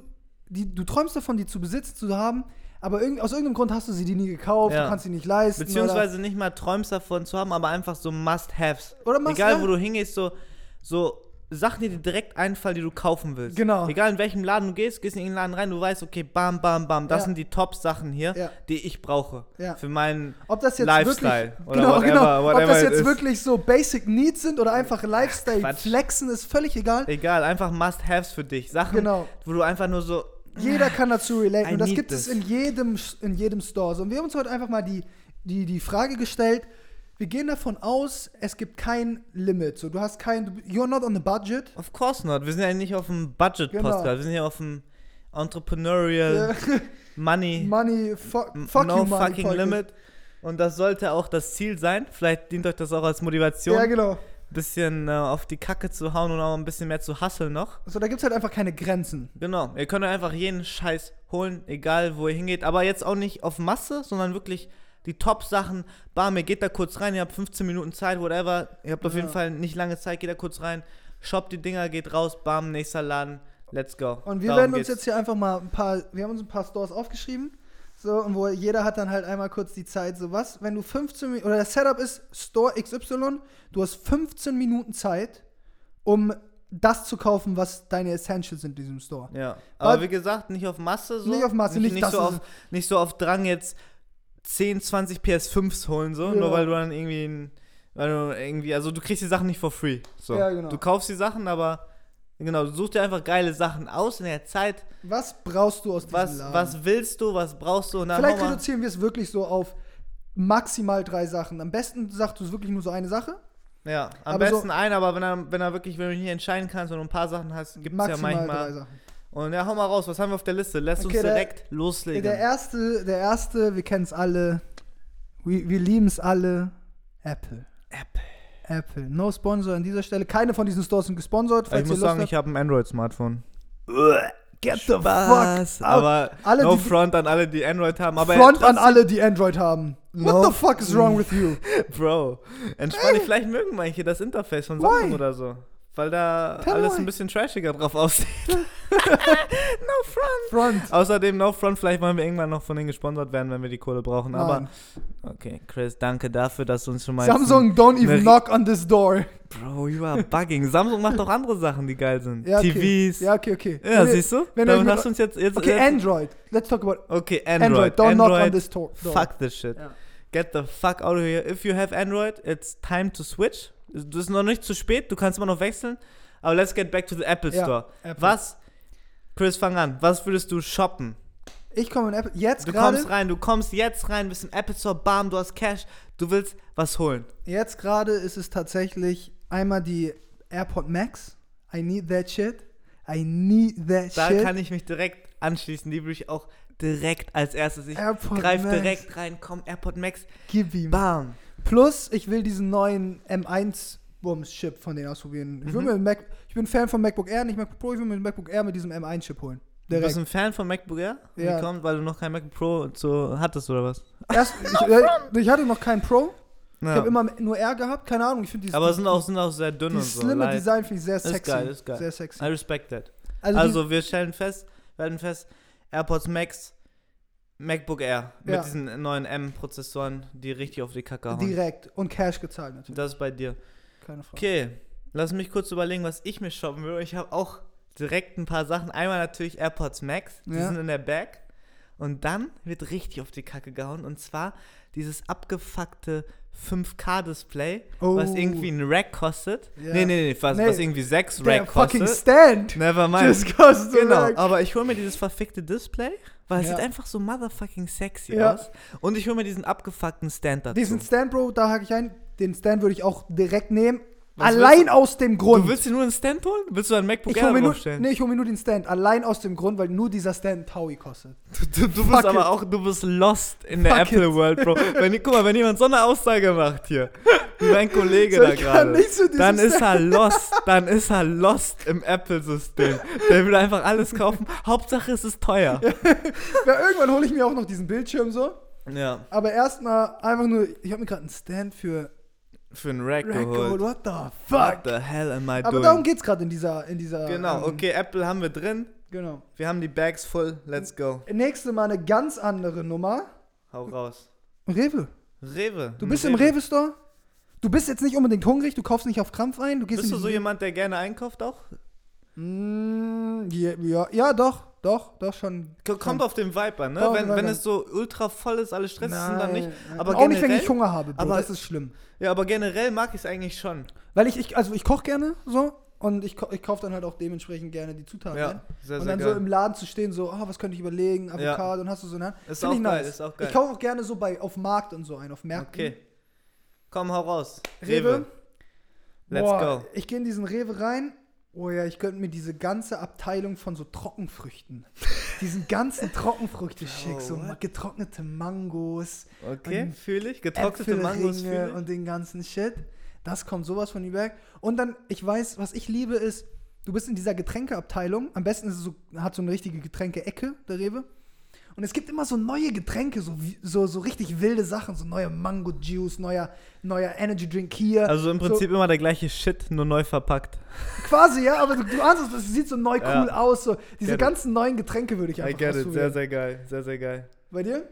Speaker 1: die, du träumst davon, die zu besitzen zu haben, aber irgend, aus irgendeinem Grund hast du sie dir nie gekauft,
Speaker 2: Ja.
Speaker 1: du kannst sie nicht leisten.
Speaker 2: Beziehungsweise nicht mal träumst davon zu haben, aber einfach so Must-Haves.
Speaker 1: Oder must-
Speaker 2: Egal,
Speaker 1: ja.
Speaker 2: wo du hingehst, so, so Sachen, die dir direkt einfallen, die du kaufen willst.
Speaker 1: Genau.
Speaker 2: Egal in welchem Laden du gehst, gehst in den Laden rein, du weißt, okay, bam, bam, bam, das
Speaker 1: Ja.
Speaker 2: sind die Top-Sachen hier,
Speaker 1: Ja.
Speaker 2: die ich brauche.
Speaker 1: Ja.
Speaker 2: Für meinen
Speaker 1: ob das jetzt
Speaker 2: Lifestyle
Speaker 1: wirklich,
Speaker 2: oder
Speaker 1: genau,
Speaker 2: whatever-
Speaker 1: genau, ob
Speaker 2: whatever
Speaker 1: das
Speaker 2: it
Speaker 1: jetzt
Speaker 2: is.
Speaker 1: wirklich so Basic Needs sind oder einfach Lifestyle
Speaker 2: Quatsch.
Speaker 1: flexen, ist völlig egal.
Speaker 2: Egal, einfach Must-Haves für dich. Sachen,
Speaker 1: Genau.
Speaker 2: wo du einfach nur so.
Speaker 1: Jeder kann dazu relaten.
Speaker 2: I
Speaker 1: Und das
Speaker 2: need
Speaker 1: gibt es
Speaker 2: this.
Speaker 1: in jedem, in jedem Store. So, und wir haben uns heute einfach mal die, die, die Frage gestellt, wir gehen davon aus, es gibt kein Limit. So, du hast kein, du- you're not on the budget.
Speaker 2: Of course not. Wir sind ja nicht auf dem Budget-Podcast.
Speaker 1: Genau.
Speaker 2: Wir sind ja auf dem Entrepreneurial Money.
Speaker 1: money, fuck, fuck
Speaker 2: Äh, no
Speaker 1: you, money.
Speaker 2: fucking
Speaker 1: Podcast.
Speaker 2: limit. Und das sollte auch das Ziel sein. Vielleicht dient euch das auch als Motivation,
Speaker 1: Ja,
Speaker 2: ein
Speaker 1: genau.
Speaker 2: bisschen äh, auf die Kacke zu hauen und auch ein bisschen mehr zu hasseln noch.
Speaker 1: So, da gibt es halt einfach keine Grenzen.
Speaker 2: Genau, ihr könnt euch einfach jeden Scheiß holen, egal wo ihr hingeht. Aber jetzt auch nicht auf Masse, sondern wirklich die Top-Sachen. Bam, ihr geht da kurz rein, ihr habt 15 Minuten Zeit, whatever. Ihr habt auf jeden
Speaker 1: Ja.
Speaker 2: Fall nicht lange Zeit, geht da kurz rein, shoppt die Dinger, geht raus, bam, nächster Laden, let's go.
Speaker 1: Und wir
Speaker 2: Darum
Speaker 1: werden uns
Speaker 2: geht's.
Speaker 1: jetzt hier einfach mal ein paar, wir haben uns ein paar Stores aufgeschrieben. So, und wo jeder hat dann halt einmal kurz die Zeit, so was, wenn du 15 Minuten, oder das Setup ist Store XY, du hast 15 Minuten Zeit, um das zu kaufen, was deine Essentials sind in diesem Store.
Speaker 2: Ja, aber
Speaker 1: Aber-
Speaker 2: wie gesagt, nicht auf Masse so.
Speaker 1: Nicht auf Masse, nicht
Speaker 2: nicht,
Speaker 1: das
Speaker 2: so,
Speaker 1: ist
Speaker 2: auf, nicht so auf Drang jetzt 10, 20 PS5s holen so, nur
Speaker 1: Ja.
Speaker 2: weil du dann irgendwie, ein- weil du irgendwie, also du kriegst die Sachen nicht for free. So.
Speaker 1: Ja, genau.
Speaker 2: Du kaufst die Sachen, aber genau, du suchst dir einfach geile Sachen aus in der Zeit.
Speaker 1: Was brauchst du aus diesem
Speaker 2: Was,
Speaker 1: Laden?
Speaker 2: was willst du, was brauchst du? Und dann
Speaker 1: Vielleicht
Speaker 2: hau mal-
Speaker 1: reduzieren wir es wirklich so auf maximal drei Sachen. Am besten sagst du es wirklich nur so eine Sache.
Speaker 2: Ja, am
Speaker 1: Aber so-
Speaker 2: besten ein, aber wenn er, wenn er wirklich, wenn du dich nicht entscheiden kannst und nur ein paar Sachen hast, gibt es ja
Speaker 1: Maximal drei
Speaker 2: manchmal.
Speaker 1: Sachen.
Speaker 2: Und ja, hau mal raus, was haben wir auf der Liste? Lass
Speaker 1: Okay,
Speaker 2: uns
Speaker 1: der-
Speaker 2: direkt loslegen.
Speaker 1: Der erste, der erste, wir kennen es alle. Wir, wir lieben es alle. Apple.
Speaker 2: Apple.
Speaker 1: Apple. No Sponsor an dieser Stelle. Keine von diesen Stores sind gesponsert.
Speaker 2: Also ich
Speaker 1: Falls
Speaker 2: muss
Speaker 1: ihr Lust
Speaker 2: sagen,
Speaker 1: habt.
Speaker 2: ich habe ein Android-Smartphone.
Speaker 3: Get the
Speaker 1: Spaß.
Speaker 2: Aber
Speaker 1: Alle,
Speaker 2: no
Speaker 1: die-
Speaker 2: front an alle, die Android haben. Aber
Speaker 1: Front an
Speaker 2: trotzdem-
Speaker 1: alle, die Android haben. What
Speaker 2: No.
Speaker 1: the fuck is wrong with you?
Speaker 2: Bro, entspann dich, vielleicht mögen manche das Interface von Samsung
Speaker 1: Why?
Speaker 2: oder so. Weil da
Speaker 1: Tell
Speaker 2: alles
Speaker 1: why.
Speaker 2: ein bisschen trashiger drauf aussieht. no front.
Speaker 1: Front.
Speaker 2: Außerdem, no front, vielleicht wollen wir irgendwann noch von denen gesponsert werden, wenn wir die Kohle brauchen.
Speaker 1: Nein.
Speaker 2: Aber, okay, Chris, danke dafür, dass du uns schon mal... jetzt-
Speaker 1: Samsung, don't even
Speaker 2: eine-
Speaker 1: knock on this door.
Speaker 2: Bro, you are bugging. Samsung macht auch andere Sachen, die geil sind.
Speaker 1: Ja, okay.
Speaker 2: TVs.
Speaker 1: Ja, okay, okay.
Speaker 2: Ja,
Speaker 1: Wenn ihr-
Speaker 2: siehst du?
Speaker 1: wenn ihr euch
Speaker 2: Damit
Speaker 1: mit-
Speaker 2: hast du uns jetzt... jetzt
Speaker 1: Okay,
Speaker 2: jetzt,
Speaker 1: Android. Let's talk about
Speaker 2: okay
Speaker 1: Android.
Speaker 2: Android.
Speaker 1: Don't knock on
Speaker 2: Android,
Speaker 1: this to- door.
Speaker 2: Fuck this shit.
Speaker 1: Ja.
Speaker 2: Get the fuck out of here. If you have Android, it's time to switch. Es ist noch nicht zu spät, du kannst immer noch wechseln. Aber let's get back to the Apple
Speaker 1: Ja,
Speaker 2: Store.
Speaker 1: Apple.
Speaker 2: Was? Chris, fang an. Was würdest du shoppen?
Speaker 1: Ich komme in Apple. Jetzt
Speaker 2: Du
Speaker 1: gerade.
Speaker 2: kommst rein, du kommst jetzt rein, bist im Apple Store, bam, du hast Cash, du willst was holen.
Speaker 1: Jetzt gerade ist es tatsächlich einmal die AirPod Max. I need that shit. I need that
Speaker 2: Da
Speaker 1: shit.
Speaker 2: kann ich mich direkt anschließen, die will ich auch direkt als erstes. Ich
Speaker 1: AirPod
Speaker 2: greif
Speaker 1: Max.
Speaker 2: direkt rein, komm, AirPod Max,
Speaker 1: Gib ihm.
Speaker 2: bam.
Speaker 1: Plus, ich will diesen neuen M1 Bums-Chip von denen ausprobieren.
Speaker 2: Mhm.
Speaker 1: Ich, will mir einen Mac, ich bin Fan von MacBook Air, nicht MacBook Pro. Ich will mir einen MacBook Air mit diesem M1-Chip holen.
Speaker 2: Du bist
Speaker 1: Direkt.
Speaker 2: ein Fan von MacBook Air?
Speaker 1: Ja.
Speaker 2: Wie kommt, weil du noch kein MacBook Pro zu, hattest oder was?
Speaker 1: Erst, ich, äh, ich hatte noch keinen Pro. Ich
Speaker 2: Ja.
Speaker 1: habe immer nur R gehabt. Keine Ahnung. Ich finde dieses.
Speaker 2: Aber sind auch, sind auch sehr dünn und
Speaker 1: Dieses
Speaker 2: so.
Speaker 1: slimme
Speaker 2: light.
Speaker 1: Design finde ich sehr sexy.
Speaker 2: geil, ist geil.
Speaker 1: Sehr sexy.
Speaker 2: I respect that.
Speaker 1: Also,
Speaker 2: Also,
Speaker 1: die-
Speaker 2: wir stellen fest, werden fest, AirPods Max, MacBook Air mit
Speaker 1: Ja.
Speaker 2: diesen neuen M-Prozessoren, die richtig auf die Kacke hauen.
Speaker 1: direkt und Cash gezahlt natürlich.
Speaker 2: Das ist bei dir.
Speaker 1: Keine Frage.
Speaker 2: Okay, lass mich kurz überlegen, was ich mir shoppen will. Ich habe auch direkt ein paar Sachen. Einmal natürlich AirPods Max, die
Speaker 1: Ja.
Speaker 2: sind in der Bag. Und dann wird richtig auf die Kacke gehauen. Und zwar dieses abgefuckte 5K-Display,
Speaker 1: Oh.
Speaker 2: was irgendwie ein Rack kostet.
Speaker 1: Ja.
Speaker 2: Nee, nee, nee, was,
Speaker 1: Nee,
Speaker 2: was irgendwie 6
Speaker 1: Der
Speaker 2: Rack
Speaker 1: fucking
Speaker 2: kostet.
Speaker 1: Stand.
Speaker 2: Never mind.
Speaker 1: Just goes to
Speaker 2: Genau,
Speaker 1: rack.
Speaker 2: aber ich hole mir dieses verfickte Display, weil es
Speaker 1: Ja.
Speaker 2: sieht einfach so motherfucking sexy
Speaker 1: Ja.
Speaker 2: aus. Und ich hole mir diesen abgefuckten Stand dazu.
Speaker 1: Diesen Stand, Bro, da hake ich ein. Den Stand würde ich auch direkt nehmen.
Speaker 2: Was
Speaker 1: allein
Speaker 2: willst
Speaker 1: aus dem
Speaker 2: du
Speaker 1: Grund.
Speaker 2: willst dir nur einen Stand holen? Willst du ein MacBook
Speaker 1: Ich
Speaker 2: Air
Speaker 1: hole mir, nur-
Speaker 2: draufstellen?
Speaker 1: nee, ich hol mir nur den Stand. Allein aus dem Grund, weil nur dieser Stand einen Taui kostet.
Speaker 2: Du, du
Speaker 1: Fuck
Speaker 2: bist
Speaker 1: it.
Speaker 2: aber auch, du bist lost in der
Speaker 1: Fuck it.
Speaker 2: Apple World, Bro. Wenn, guck mal, wenn jemand so eine Aussage macht hier, wie mein Kollege
Speaker 1: So,
Speaker 2: da
Speaker 1: ich kann
Speaker 2: Genau, gerade,
Speaker 1: nicht zu diesem
Speaker 2: dann ist er lost, dann ist er lost im Apple-System. Der will einfach alles kaufen. Hauptsache es ist teuer.
Speaker 1: Ja, irgendwann hole ich mir auch noch diesen Bildschirm so.
Speaker 2: Ja,
Speaker 1: Aber erstmal einfach nur, ich habe mir gerade einen Stand für
Speaker 2: für einen Rack,
Speaker 1: Rack
Speaker 2: geholt.
Speaker 1: geholt. What the
Speaker 2: What
Speaker 1: fuck?
Speaker 2: the hell am I
Speaker 1: Aber
Speaker 2: doing?
Speaker 1: darum geht's gerade in dieser, in dieser.
Speaker 2: Genau,
Speaker 1: ähm,
Speaker 2: okay, Apple haben wir drin.
Speaker 1: Genau.
Speaker 2: Wir haben die Bags voll. Let's go.
Speaker 1: Nächste Mal eine ganz andere Nummer.
Speaker 2: Hau raus.
Speaker 1: Rewe.
Speaker 2: Hm, Rewe.
Speaker 1: Du
Speaker 2: ein
Speaker 1: bist im Rewe-Store. Du bist jetzt nicht unbedingt hungrig, du kaufst nicht auf Krampf ein. Du gehst
Speaker 2: Bist du
Speaker 1: in
Speaker 2: so
Speaker 1: die-
Speaker 2: jemand, der gerne einkauft auch?
Speaker 1: Mm, ja, ja, ja, doch, doch, doch schon.
Speaker 2: Ko- Kommt auf den Vibe an, ne?
Speaker 1: Kommt auf den
Speaker 2: Wenn,
Speaker 1: Vibe
Speaker 2: wenn
Speaker 1: an.
Speaker 2: es so ultra voll ist, alle Stress sind dann nicht.
Speaker 1: Nein,
Speaker 2: Aber
Speaker 1: auch nicht, wenn
Speaker 2: generell-
Speaker 1: ich Hunger habe, Bro.
Speaker 2: aber-
Speaker 1: das ist schlimm.
Speaker 2: Ja, aber generell mag ich es eigentlich schon.
Speaker 1: Weil ich, ich also ich koche gerne so und ich, ko- ich kaufe dann halt auch dementsprechend gerne die Zutaten.
Speaker 2: Ja,
Speaker 1: ein.
Speaker 2: sehr,
Speaker 1: ne? und
Speaker 2: sehr
Speaker 1: dann so
Speaker 2: geil.
Speaker 1: im Laden zu stehen, so, ah, was könnte ich überlegen,
Speaker 2: Ja.
Speaker 1: Avocado, dann hast du so eine.
Speaker 2: Ist
Speaker 1: Find
Speaker 2: auch
Speaker 1: ich
Speaker 2: geil, ist auch geil.
Speaker 1: Ich kaufe auch gerne so bei auf Markt und so ein, auf Märkten.
Speaker 2: Okay. Komm, hau raus.
Speaker 1: Rewe.
Speaker 2: Rewe. Let's
Speaker 1: Boah,
Speaker 2: go.
Speaker 1: Ich gehe in diesen Rewe rein. Oh ja, ich könnte mir diese ganze Abteilung von so Trockenfrüchten, diesen ganzen Trockenfrüchte-Schick, so
Speaker 2: Oh, what?
Speaker 1: getrocknete Mangos,
Speaker 2: Okay,
Speaker 1: Und
Speaker 2: fühle ich. Getrocknete Mangos
Speaker 1: Äpfelringe
Speaker 2: fühle ich.
Speaker 1: und den ganzen Shit. Das kommt sowas von die Berg. Und dann, ich weiß, was ich liebe ist, du bist in dieser Getränkeabteilung. Am besten ist es so, hat so eine richtige Getränke-Ecke, der Rewe. Und es gibt immer so neue Getränke, so, wie- so, so richtig wilde Sachen, so neuer Mango-Juice, neuer, neuer Energy-Drink hier.
Speaker 2: Also im Prinzip immer der gleiche Shit, nur neu verpackt.
Speaker 1: So, quasi, ja, aber du, du ahnst es, das sieht so neu cool
Speaker 2: Ja.
Speaker 1: aus. So. Diese
Speaker 2: Get it.
Speaker 1: ganzen neuen Getränke würde ich einfach ausprobieren.
Speaker 2: sehr geil. Sehr, sehr geil.
Speaker 1: Bei dir?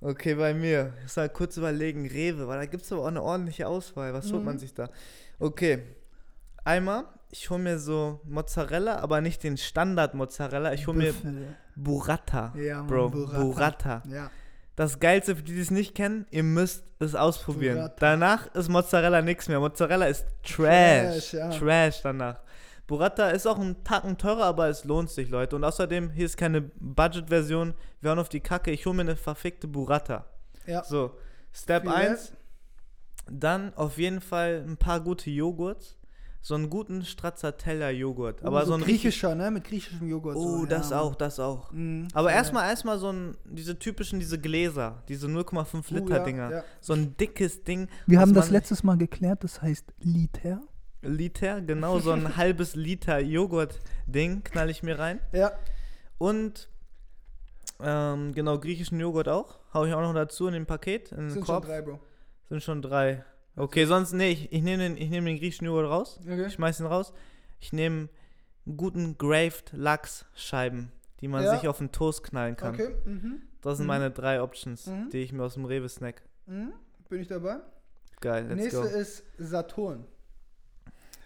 Speaker 2: Okay, bei mir. Ich muss mal kurz überlegen. Rewe, weil da gibt es aber auch eine ordentliche Auswahl. Was holt man
Speaker 1: Mhm.
Speaker 2: sich da? Okay. Einmal, ich hole mir so Mozzarella, aber nicht den Standard-Mozzarella. Ich hole mir
Speaker 1: Büffel.
Speaker 2: Burrata.
Speaker 1: Ja, Mann,
Speaker 2: Bro,
Speaker 1: Burrata.
Speaker 2: Burrata.
Speaker 1: Ja.
Speaker 2: Das Geilste, für die, die es nicht kennen, ihr müsst es ausprobieren.
Speaker 1: Burrata.
Speaker 2: Danach ist Mozzarella nichts mehr. Mozzarella ist Trash.
Speaker 1: Trash, ja.
Speaker 2: Trash danach. Burrata ist auch ein Tacken teurer, aber es lohnt sich, Leute. Und außerdem, hier ist keine Budget-Version. Wir hauen auf die Kacke. Ich hole mir eine verfickte Burrata.
Speaker 1: ja.
Speaker 2: So, Step
Speaker 1: Viel
Speaker 2: 1. Dann auf jeden Fall ein paar gute Joghurts. So einen guten Stracciatella-Joghurt. Aber
Speaker 1: Oh,
Speaker 2: so ein richtig.
Speaker 1: griechischer, ne? Mit griechischem Joghurt.
Speaker 2: Oh,
Speaker 1: so,
Speaker 2: das
Speaker 1: ja,
Speaker 2: auch, das auch.
Speaker 1: Mhm.
Speaker 2: Aber
Speaker 1: Ja.
Speaker 2: erstmal erstmal so ein, diese typischen, diese Gläser, diese 0,5
Speaker 1: Oh, ja,
Speaker 2: Liter Dinger.
Speaker 1: ja.
Speaker 2: So ein dickes Ding.
Speaker 1: Wir
Speaker 2: was
Speaker 1: haben das
Speaker 2: man-
Speaker 1: letztes Mal geklärt, das heißt Liter.
Speaker 2: Liter, genau so ein halbes Liter Joghurt-Ding knall ich mir rein.
Speaker 1: Ja.
Speaker 2: Und ähm, genau, griechischen Joghurt auch. Hau ich auch noch dazu in dem Paket, in den
Speaker 1: Sind
Speaker 2: Korb.
Speaker 1: schon drei, Bro.
Speaker 2: Sind schon drei. Okay, sonst, nee, ich, ich nehme den, ich nehm den griechischen Joghurt raus.
Speaker 1: Okay.
Speaker 2: Ich schmeiß ihn raus. Ich nehme guten Graved Lachsscheiben, die man
Speaker 1: Ja.
Speaker 2: sich auf den Toast knallen kann.
Speaker 1: Okay. Mhm.
Speaker 2: Das sind
Speaker 1: Mhm.
Speaker 2: meine drei Options,
Speaker 1: Mhm.
Speaker 2: die ich mir aus dem Rewe snack.
Speaker 1: Mhm. Bin ich dabei?
Speaker 2: Geil, let's
Speaker 1: Nächste
Speaker 2: go.
Speaker 1: ist Saturn.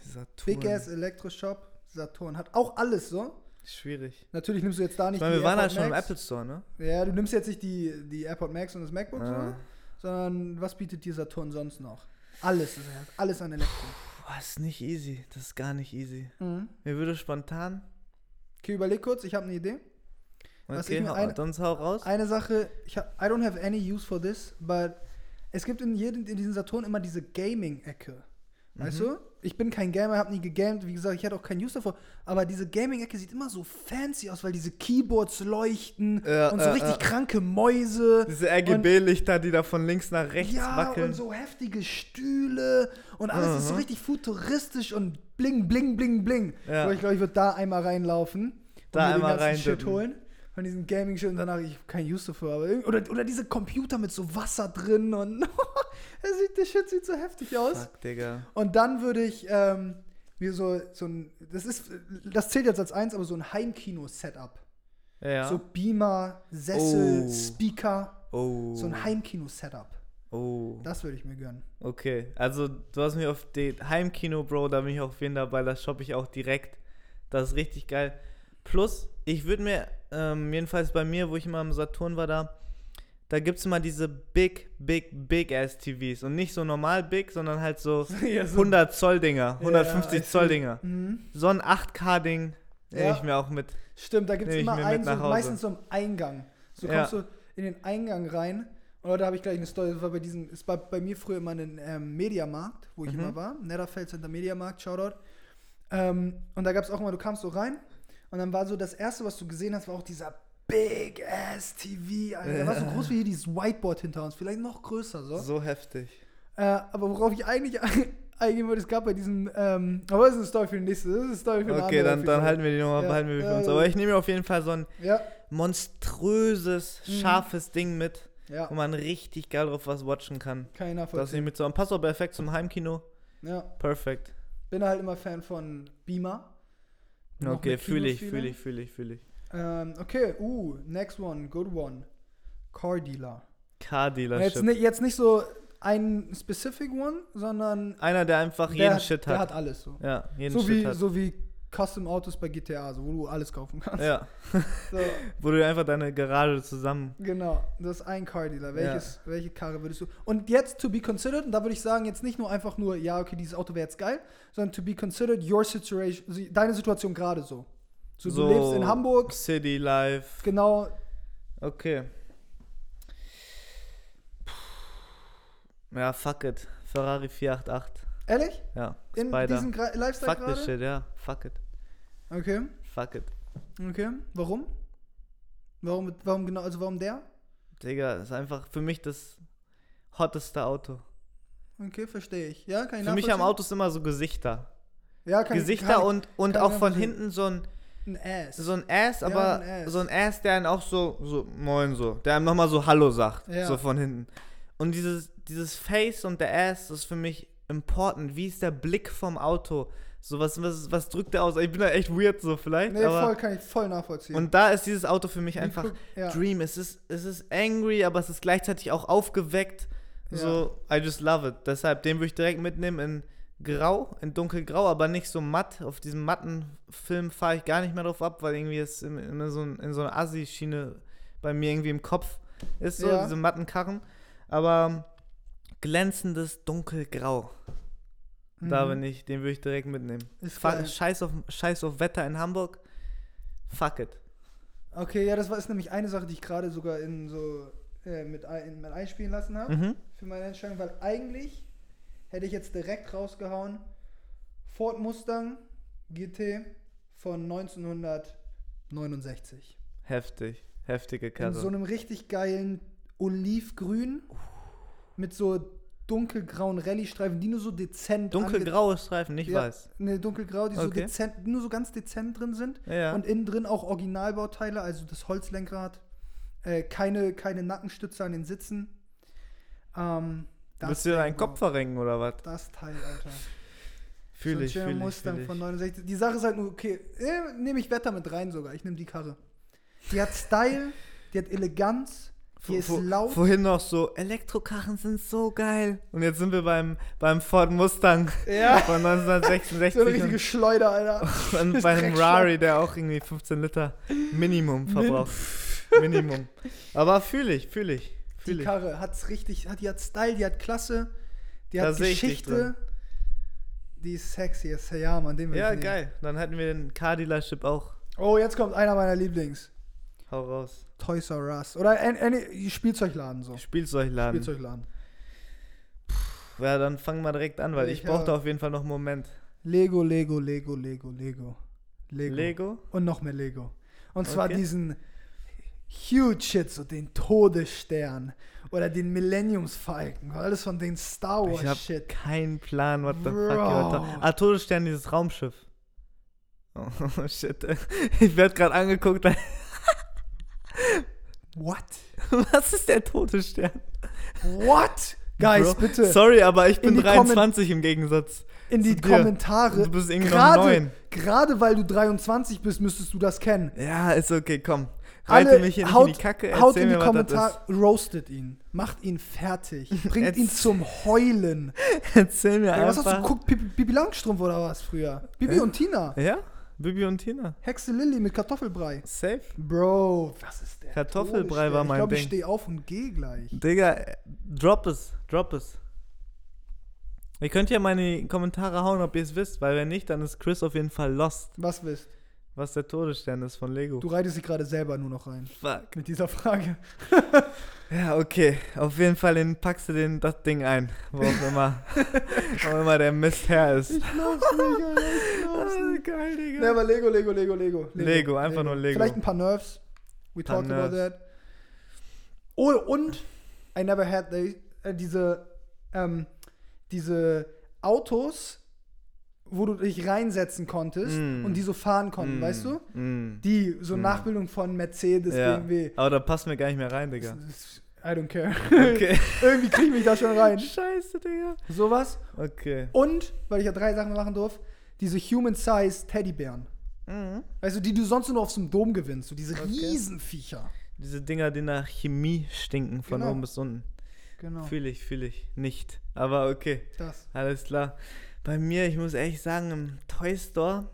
Speaker 2: Saturn.
Speaker 1: Big Ass Elektroshop. Saturn hat auch alles so.
Speaker 2: Schwierig.
Speaker 1: Natürlich nimmst du jetzt da
Speaker 2: Ich
Speaker 1: nicht
Speaker 2: meine, wir waren halt schon im
Speaker 1: Max.
Speaker 2: Apple Store, ne?
Speaker 1: Ja, du nimmst jetzt nicht die, die AirPod Max und das MacBook,
Speaker 2: Ah.
Speaker 1: so, sondern was bietet dir Saturn sonst noch? Alles, ist er- alles an Elektro.
Speaker 2: Boah, das ist nicht easy. Das ist gar nicht easy.
Speaker 1: Mhm.
Speaker 2: Mir würde spontan.
Speaker 1: Okay, überleg kurz, ich habe eine Idee. Was ich
Speaker 2: Okay,
Speaker 1: mir
Speaker 2: hau,
Speaker 1: ein-
Speaker 2: sonst hau raus.
Speaker 1: Eine Sache, ich hab, I don't have any use for this, but es gibt in, jedem, in diesem Saturn immer diese Gaming-Ecke. Weißt
Speaker 2: Mhm.
Speaker 1: du? Ich bin kein Gamer, habe nie gegamed, wie gesagt, ich hatte auch keinen Use davor, aber diese Gaming-Ecke sieht immer so fancy aus, weil diese Keyboards leuchten
Speaker 2: Ja,
Speaker 1: und so
Speaker 2: ja,
Speaker 1: richtig
Speaker 2: ja.
Speaker 1: kranke Mäuse.
Speaker 2: Diese RGB-Lichter, die da von links nach rechts
Speaker 1: Ja,
Speaker 2: wackeln.
Speaker 1: und so heftige Stühle und alles ist so
Speaker 2: Mhm.
Speaker 1: richtig futuristisch und bling, bling, bling, bling.
Speaker 2: Ja.
Speaker 1: So, ich glaube, ich würde da einmal reinlaufen und
Speaker 2: Da
Speaker 1: mir
Speaker 2: einmal
Speaker 1: den ganzen Shit
Speaker 2: reindippen.
Speaker 1: holen. Von diesem Gaming-Shit und danach, ich habe keinen Use dafür, aber irgendwie- oder, oder diese Computer mit so Wasser drin und der, sieht, der Shit sieht so heftig aus.
Speaker 2: Fuck, Digga.
Speaker 1: Und dann würde ich ähm, mir so, so ein, das ist, das zählt jetzt als eins, aber so ein Heimkino-Setup.
Speaker 2: Ja.
Speaker 1: So Beamer, Sessel,
Speaker 2: Oh.
Speaker 1: Speaker,
Speaker 2: oh.
Speaker 1: so ein Heimkino-Setup.
Speaker 2: Oh.
Speaker 1: Das würde ich mir gönnen.
Speaker 2: Okay. Also, du hast mich auf die Heimkino, Bro, da bin ich auf jeden dabei. Das shoppe ich auch direkt. Das ist richtig geil. Plus, ich würde mir, ähm, jedenfalls bei mir, wo ich immer im Saturn war, da, da gibt es immer diese Big, Big, Big Ass TVs. Und nicht so normal Big, sondern halt so 100 Zoll Dinger, 150
Speaker 1: I see.
Speaker 2: Zoll Dinger.
Speaker 1: Mhm.
Speaker 2: So ein 8K-Ding nehme
Speaker 1: Ja.
Speaker 2: ich mir auch mit.
Speaker 1: Stimmt, da gibt es
Speaker 2: Nehm ich
Speaker 1: immer
Speaker 2: mir mit
Speaker 1: einen, so,
Speaker 2: nach Hause.
Speaker 1: meistens so einen Eingang. So
Speaker 2: Ja.
Speaker 1: kommst du in den Eingang rein. Und da habe ich gleich eine Story. Das war bei diesem, es war bei mir früher immer ein ähm, Mediamarkt, wo ich
Speaker 2: Mhm.
Speaker 1: immer war. Netterfeld Center Mediamarkt, Shoutout. Ähm, und da gab es auch immer, du kamst so rein und dann war so das erste, was du gesehen hast, war auch dieser Big Ass TV. Alter. Der war so groß wie hier dieses Whiteboard hinter uns, vielleicht noch größer so.
Speaker 2: So heftig.
Speaker 1: Äh, aber worauf ich eigentlich eingehen würde, es gab bei diesem, ähm, aber das ist eine Story für die nächste, das ist eine Story für eine
Speaker 2: Okay,
Speaker 1: andere
Speaker 2: dann, dann
Speaker 1: Folge.
Speaker 2: halten wir die nochmal,
Speaker 1: Ja,
Speaker 2: behalten wir die für
Speaker 1: ja,
Speaker 2: uns.
Speaker 1: ja.
Speaker 2: Aber ich nehme mir auf jeden Fall so ein
Speaker 1: Ja,
Speaker 2: monströses,
Speaker 1: Mhm.
Speaker 2: scharfes Ding mit,
Speaker 1: ja.
Speaker 2: wo man richtig geil drauf was watchen kann.
Speaker 1: Keiner
Speaker 2: Das nehme ich mit so einem Passt auch perfekt zum Heimkino.
Speaker 1: Ja,
Speaker 2: Perfekt.
Speaker 1: bin halt immer Fan von Beamer. Noch
Speaker 2: Okay,
Speaker 1: mit
Speaker 2: fühle ich,
Speaker 1: Kino-Feeling.
Speaker 2: fühle ich, fühle ich, fühle ich.
Speaker 1: Ähm, okay, uh, next one, good one. Car Dealer. Und Jetzt,
Speaker 2: Car-Dealership.
Speaker 1: ni- jetzt nicht so ein specific one, sondern
Speaker 2: Einer, der einfach
Speaker 1: der,
Speaker 2: jeden
Speaker 1: hat,
Speaker 2: Shit
Speaker 1: der
Speaker 2: hat.
Speaker 1: hat alles so.
Speaker 2: Ja, jeden
Speaker 1: so,
Speaker 2: Shit
Speaker 1: wie,
Speaker 2: hat.
Speaker 1: so wie Custom Autos bei GTA, so, wo du alles kaufen kannst.
Speaker 2: ja,
Speaker 1: So,
Speaker 2: wo du einfach deine Garage zusammen.
Speaker 1: genau, das ist ein Car Dealer. Welches, Welche Karre würdest du. Und jetzt to be considered, und da würde ich sagen, jetzt nicht nur einfach nur, ja, okay, dieses Auto wäre jetzt geil, sondern to be considered your situation, si- deine Situation gerade so. So,
Speaker 2: so
Speaker 1: du lebst in Hamburg,
Speaker 2: City Life.
Speaker 1: genau,
Speaker 2: Okay. Ja, fuck it. Ferrari 488.
Speaker 1: Ehrlich?
Speaker 2: Ja,
Speaker 1: In
Speaker 2: Spider.
Speaker 1: diesem Gra Lifestyle
Speaker 2: fuck this
Speaker 1: gerade?
Speaker 2: shit, ja. Fuck it.
Speaker 1: Okay,
Speaker 2: Fuck it.
Speaker 1: okay. Warum? Warum, warum genau, also warum der?
Speaker 2: Digga, ist einfach für mich das hotteste Auto.
Speaker 1: Okay, verstehe ich. Ja, kann ich
Speaker 2: Für mich haben
Speaker 1: nachvollziehen.
Speaker 2: Autos immer so Gesichter.
Speaker 1: ja, kann,
Speaker 2: Gesichter
Speaker 1: kann,
Speaker 2: und, und
Speaker 1: kann
Speaker 2: auch
Speaker 1: ich
Speaker 2: von
Speaker 1: nachvollziehen.
Speaker 2: hinten so ein,
Speaker 1: Ein Ass.
Speaker 2: so ein Ass,
Speaker 1: Ja,
Speaker 2: aber
Speaker 1: ein Ass.
Speaker 2: so ein Ass, der einen auch so, so moin so, der einem nochmal so Hallo sagt,
Speaker 1: Ja.
Speaker 2: so von hinten. Und dieses, dieses Face und der Ass ist für mich important. Wie ist der Blick vom Auto? So was, was, was drückt der aus? Ich bin da echt weird so vielleicht,
Speaker 1: nee,
Speaker 2: aber...
Speaker 1: voll, kann ich voll nachvollziehen.
Speaker 2: Und da ist dieses Auto für mich
Speaker 1: Wie
Speaker 2: einfach
Speaker 1: guck- ja.
Speaker 2: Dream. Es ist, es ist angry, aber es ist gleichzeitig auch aufgeweckt. So, I just love it. Deshalb, den würde ich direkt mitnehmen in Grau, in dunkelgrau, aber nicht so matt. Auf diesem matten Film fahre ich gar nicht mehr drauf ab, weil irgendwie es in, in, so, ein- in so eine Assi-Schiene bei mir irgendwie im Kopf ist, so
Speaker 1: Ja.
Speaker 2: diese matten Karren. Aber ähm, glänzendes dunkelgrau,
Speaker 1: Mhm.
Speaker 2: da bin ich, den würde ich direkt mitnehmen.
Speaker 1: Ist
Speaker 2: Fa-
Speaker 1: geil.
Speaker 2: Scheiß auf, Scheiß auf Wetter in Hamburg. Fuck it.
Speaker 1: Okay, ja, das war ist nämlich eine Sache, die ich gerade sogar in so äh, mit, ein, mit einspielen lassen habe
Speaker 2: Mhm.
Speaker 1: für meine Entscheidung, weil eigentlich Hätte ich jetzt direkt rausgehauen. Ford Mustang GT von 1969.
Speaker 2: Heftig. Heftige
Speaker 1: In
Speaker 2: Karre.
Speaker 1: so einem richtig geilen Olivgrün mit so dunkelgrauen Rallye-Streifen, die nur so dezent ange-
Speaker 2: Dunkelgraue Streifen, nicht
Speaker 1: Ja,
Speaker 2: weiß.
Speaker 1: Ne, dunkelgrau, die so
Speaker 2: Okay.
Speaker 1: dezent, nur so ganz dezent drin sind.
Speaker 2: Ja.
Speaker 1: Und innen drin auch Originalbauteile, also das Holzlenkrad, äh, keine, keine Nackenstütze an den Sitzen. Ähm,
Speaker 2: Willst du dir
Speaker 1: Ding
Speaker 2: deinen Kopf
Speaker 1: war-
Speaker 2: verrenken oder was?
Speaker 1: Das Teil, Alter. so
Speaker 2: Fühle
Speaker 1: ein
Speaker 2: ich,
Speaker 1: schöner
Speaker 2: fühle ich,
Speaker 1: Mustang
Speaker 2: fühl ich.
Speaker 1: von 69. Die Sache ist halt nur, okay, äh, nehme ich Wetter mit rein sogar. Ich nehme die Karre. Die hat Style, die hat Eleganz, die ist
Speaker 2: Vor-
Speaker 1: laut.
Speaker 2: Vorhin noch so, Elektrokarren sind so geil. Und jetzt sind wir beim, beim Ford Mustang
Speaker 1: Ja.
Speaker 2: von
Speaker 1: So eine
Speaker 2: 1966
Speaker 1: richtige Schleuder, Alter.
Speaker 2: und, und bei einem
Speaker 1: Dreckschlag.
Speaker 2: Rari, der auch irgendwie 15 Liter Minimum verbraucht. Minimum. Aber fühle ich, fühle
Speaker 1: Die
Speaker 2: ich, fühle ich.
Speaker 1: Karre hat's richtig, hat, die hat Style, die hat Klasse, die
Speaker 2: Da
Speaker 1: hat
Speaker 2: seh ich dich
Speaker 1: Geschichte. Die ist sexy, ist ja Mann, den will ich
Speaker 2: Ja,
Speaker 1: nehmen.
Speaker 2: geil. Dann hatten wir den Car Dealership auch.
Speaker 1: Oh, jetzt kommt einer meiner Lieblings.
Speaker 2: Hau raus.
Speaker 1: Toys R Us. Oder ein, ein Spielzeugladen so.
Speaker 2: Spielzeugladen.
Speaker 1: Spielzeugladen.
Speaker 2: Ja, dann fangen wir direkt an, weil ich,
Speaker 1: Ich
Speaker 2: brauchte
Speaker 1: hab-
Speaker 2: auf jeden Fall noch einen Moment.
Speaker 1: Lego, Lego, Lego, Lego, Lego. Lego.
Speaker 2: Lego?
Speaker 1: Und noch mehr Lego. Und zwar
Speaker 2: Okay.
Speaker 1: diesen Huge Shit, so den Todesstern. Oder den Millenniumsfalken. Alles von den Star Wars
Speaker 2: Ich habe
Speaker 1: Shit.
Speaker 2: keinen Plan, what the fuck.
Speaker 1: Bro.
Speaker 2: Alter. Ah, Todesstern, dieses Raumschiff. Oh, shit. Ich werd gerade angeguckt.
Speaker 1: What?
Speaker 2: Was ist der Todesstern?
Speaker 1: What? Guys,
Speaker 2: Bro,
Speaker 1: bitte.
Speaker 2: Sorry, aber ich bin
Speaker 1: In die
Speaker 2: 23 im Gegensatz.
Speaker 1: in die
Speaker 2: zu dir.
Speaker 1: Kommentare.
Speaker 2: Du bist irgendwie noch
Speaker 1: gerade,
Speaker 2: neun.
Speaker 1: gerade weil du 23 bist, müsstest du das kennen.
Speaker 2: Ja, ist okay, komm. Reite
Speaker 1: Alle
Speaker 2: mich hier nicht
Speaker 1: haut,
Speaker 2: in die Kacke, erzähl
Speaker 1: haut in die
Speaker 2: mir, was das
Speaker 1: Kommentare, roastet ihn, macht ihn fertig, bringt ihn
Speaker 2: Jetzt-
Speaker 1: zum Heulen.
Speaker 2: ist. Erzähl mir
Speaker 1: Ey, was
Speaker 2: einfach.
Speaker 1: hast du geguckt? Bibi, Bibi Langstrumpf oder was früher? Bibi
Speaker 2: Hä?
Speaker 1: und Tina.
Speaker 2: Ja, Bibi und Tina.
Speaker 1: Hexe Lilly mit Kartoffelbrei.
Speaker 2: Safe.
Speaker 1: Bro, was ist der?
Speaker 2: Kartoffelbrei
Speaker 1: Todesstern?
Speaker 2: war mein
Speaker 1: Ich glaube, ich
Speaker 2: Ding.
Speaker 1: stehe auf und gehe gleich.
Speaker 2: Digga, äh, drop es, drop es. Ihr könnt ja meine Kommentare hauen, ob ihr es wisst, weil wenn nicht, dann ist Chris auf jeden Fall lost,
Speaker 1: Was willst
Speaker 2: was der Todesstern ist von Lego.
Speaker 1: du? reitest dich gerade selber nur noch rein
Speaker 2: fuck.
Speaker 1: mit dieser Frage.
Speaker 2: Ja, okay. Auf jeden Fall den, packst du den, das Ding ein, wo auch immer, wo immer der Mist her ist. Ah, geil, Digga.
Speaker 1: Ne, aber Lego, Lego, Lego, Lego.
Speaker 2: Lego, einfach nur Lego.
Speaker 1: Vielleicht ein paar Nerfs. We
Speaker 2: Paar
Speaker 1: talked about
Speaker 2: Nerfs.
Speaker 1: that. Oh, und I never had they, äh, diese, ähm, diese Autos, wo du dich reinsetzen konntest
Speaker 2: Mm.
Speaker 1: und die so fahren konnten,
Speaker 2: Mm,
Speaker 1: weißt du?
Speaker 2: mm.
Speaker 1: Die, so Nachbildung von Mercedes,
Speaker 2: ja.
Speaker 1: BMW.
Speaker 2: Aber da passt mir gar nicht mehr rein, Digga.
Speaker 1: I don't care.
Speaker 2: Okay.
Speaker 1: Irgendwie krieg ich mich da schon rein.
Speaker 2: Scheiße, Digga.
Speaker 1: Sowas.
Speaker 2: Okay.
Speaker 1: Und, weil ich ja drei Sachen machen durfte, diese Human-Size Teddybären.
Speaker 2: Mhm.
Speaker 1: Weißt du, die du sonst nur auf so einem Dom gewinnst, so diese Riesenviecher.
Speaker 2: Diese Dinger, die nach Chemie stinken, von
Speaker 1: Genau.
Speaker 2: oben bis unten.
Speaker 1: Genau.
Speaker 2: Fühle ich, fühle ich. Nicht. Aber okay,
Speaker 1: Das.
Speaker 2: alles klar. Bei mir, ich muss ehrlich sagen, im Toy Store,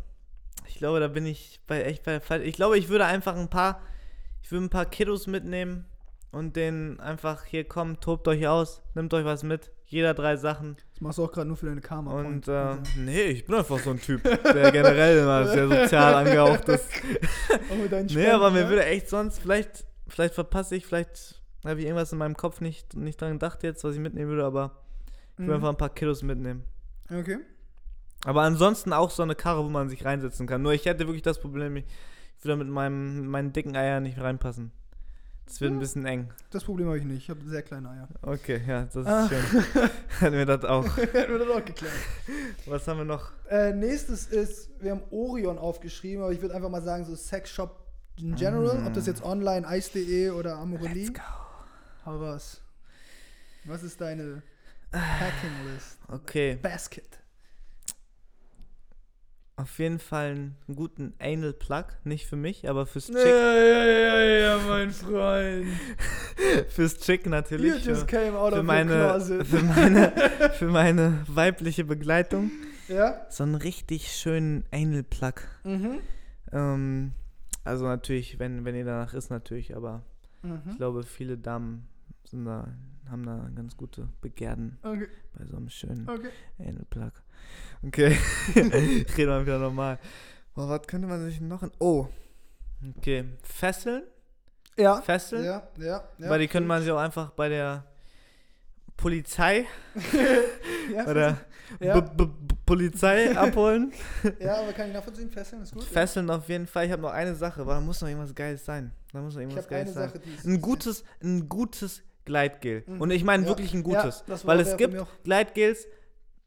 Speaker 2: ich glaube, da bin ich bei echt bei falsch. Ich glaube, ich würde einfach ein paar, ich würde ein paar Kiddos mitnehmen und denen einfach hier kommt, tobt euch aus, nimmt euch was mit. Jeder drei Sachen.
Speaker 1: Das machst du auch gerade nur für deine Karma.
Speaker 2: Und äh, nee, ich bin einfach so ein Typ, der generell immer sehr sozial angehaucht ist.
Speaker 1: auch mit deinen ne?
Speaker 2: Nee, aber mir würde echt sonst, vielleicht, vielleicht verpasse ich, vielleicht habe ich irgendwas in meinem Kopf nicht, nicht dran gedacht jetzt, was ich mitnehmen würde, aber
Speaker 1: Mhm.
Speaker 2: ich würde einfach ein paar Kilos mitnehmen.
Speaker 1: Okay.
Speaker 2: Aber ansonsten auch so eine Karre, wo man sich reinsetzen kann. Nur ich hätte wirklich das Problem, ich würde mit meinem, meinen dicken Eiern nicht reinpassen. Das wird ein bisschen eng.
Speaker 1: Das Problem habe ich nicht. Ich habe sehr kleine Eier.
Speaker 2: Okay, ja, das ist
Speaker 1: Ah.
Speaker 2: schön. Hatten wir das auch.
Speaker 1: Hätten wir das auch geklärt.
Speaker 2: Was haben wir noch?
Speaker 1: Äh, nächstes ist, wir haben Orion aufgeschrieben, aber ich würde einfach mal sagen, so Sexshop in general. Ob das
Speaker 2: Mm.
Speaker 1: jetzt online, ice.de E oder Amorelli. Let's go. Hau was. Was ist deine
Speaker 2: Äh,
Speaker 1: Packing List?
Speaker 2: Okay,
Speaker 1: Basket.
Speaker 2: auf jeden Fall einen guten Anal Plug. Nicht für mich, aber fürs Chick.
Speaker 1: ja, ja, mein Freund.
Speaker 2: Fürs Chick
Speaker 1: You
Speaker 2: natürlich.
Speaker 1: just
Speaker 2: für-
Speaker 1: came out
Speaker 2: für
Speaker 1: of
Speaker 2: meine-
Speaker 1: your closet.
Speaker 2: für meine, für meine weibliche Begleitung.
Speaker 1: Ja?
Speaker 2: So einen richtig schönen Anal Plug.
Speaker 1: Mhm.
Speaker 2: Ähm, also natürlich, wenn, wenn ihr danach ist, natürlich, aber ich
Speaker 1: Mhm.
Speaker 2: glaube, viele Damen sind da, haben da ganz gute Begehrten
Speaker 1: Okay,
Speaker 2: bei so einem schönen
Speaker 1: okay.
Speaker 2: Anal Plug. Okay, ich rede mal wieder normal. Boah, was könnte man sich noch... In oh, okay. Fesseln?
Speaker 1: Ja.
Speaker 2: Fesseln?
Speaker 1: Ja, ja, ja.
Speaker 2: Weil die könnte man sich auch einfach bei der Polizei
Speaker 1: Ja,
Speaker 2: oder
Speaker 1: Ja.
Speaker 2: B- B- B- Polizei abholen.
Speaker 1: ja, aber kann ich nachvollziehen, fesseln ist gut.
Speaker 2: Fesseln auf jeden Fall. Ich habe noch eine Sache, aber da muss noch irgendwas Geiles sein. Da muss noch
Speaker 1: ich
Speaker 2: irgendwas
Speaker 1: habe
Speaker 2: Geiles
Speaker 1: eine
Speaker 2: sein.
Speaker 1: Sache, die ist
Speaker 2: Ein gutes, ein gutes Gleitgel.
Speaker 1: Mhm.
Speaker 2: Und ich meine
Speaker 1: Ja.
Speaker 2: wirklich ein
Speaker 1: Ja,
Speaker 2: gutes.
Speaker 1: das war
Speaker 2: weil
Speaker 1: der
Speaker 2: es
Speaker 1: bei mir
Speaker 2: gibt
Speaker 1: auch.
Speaker 2: Gleitgels,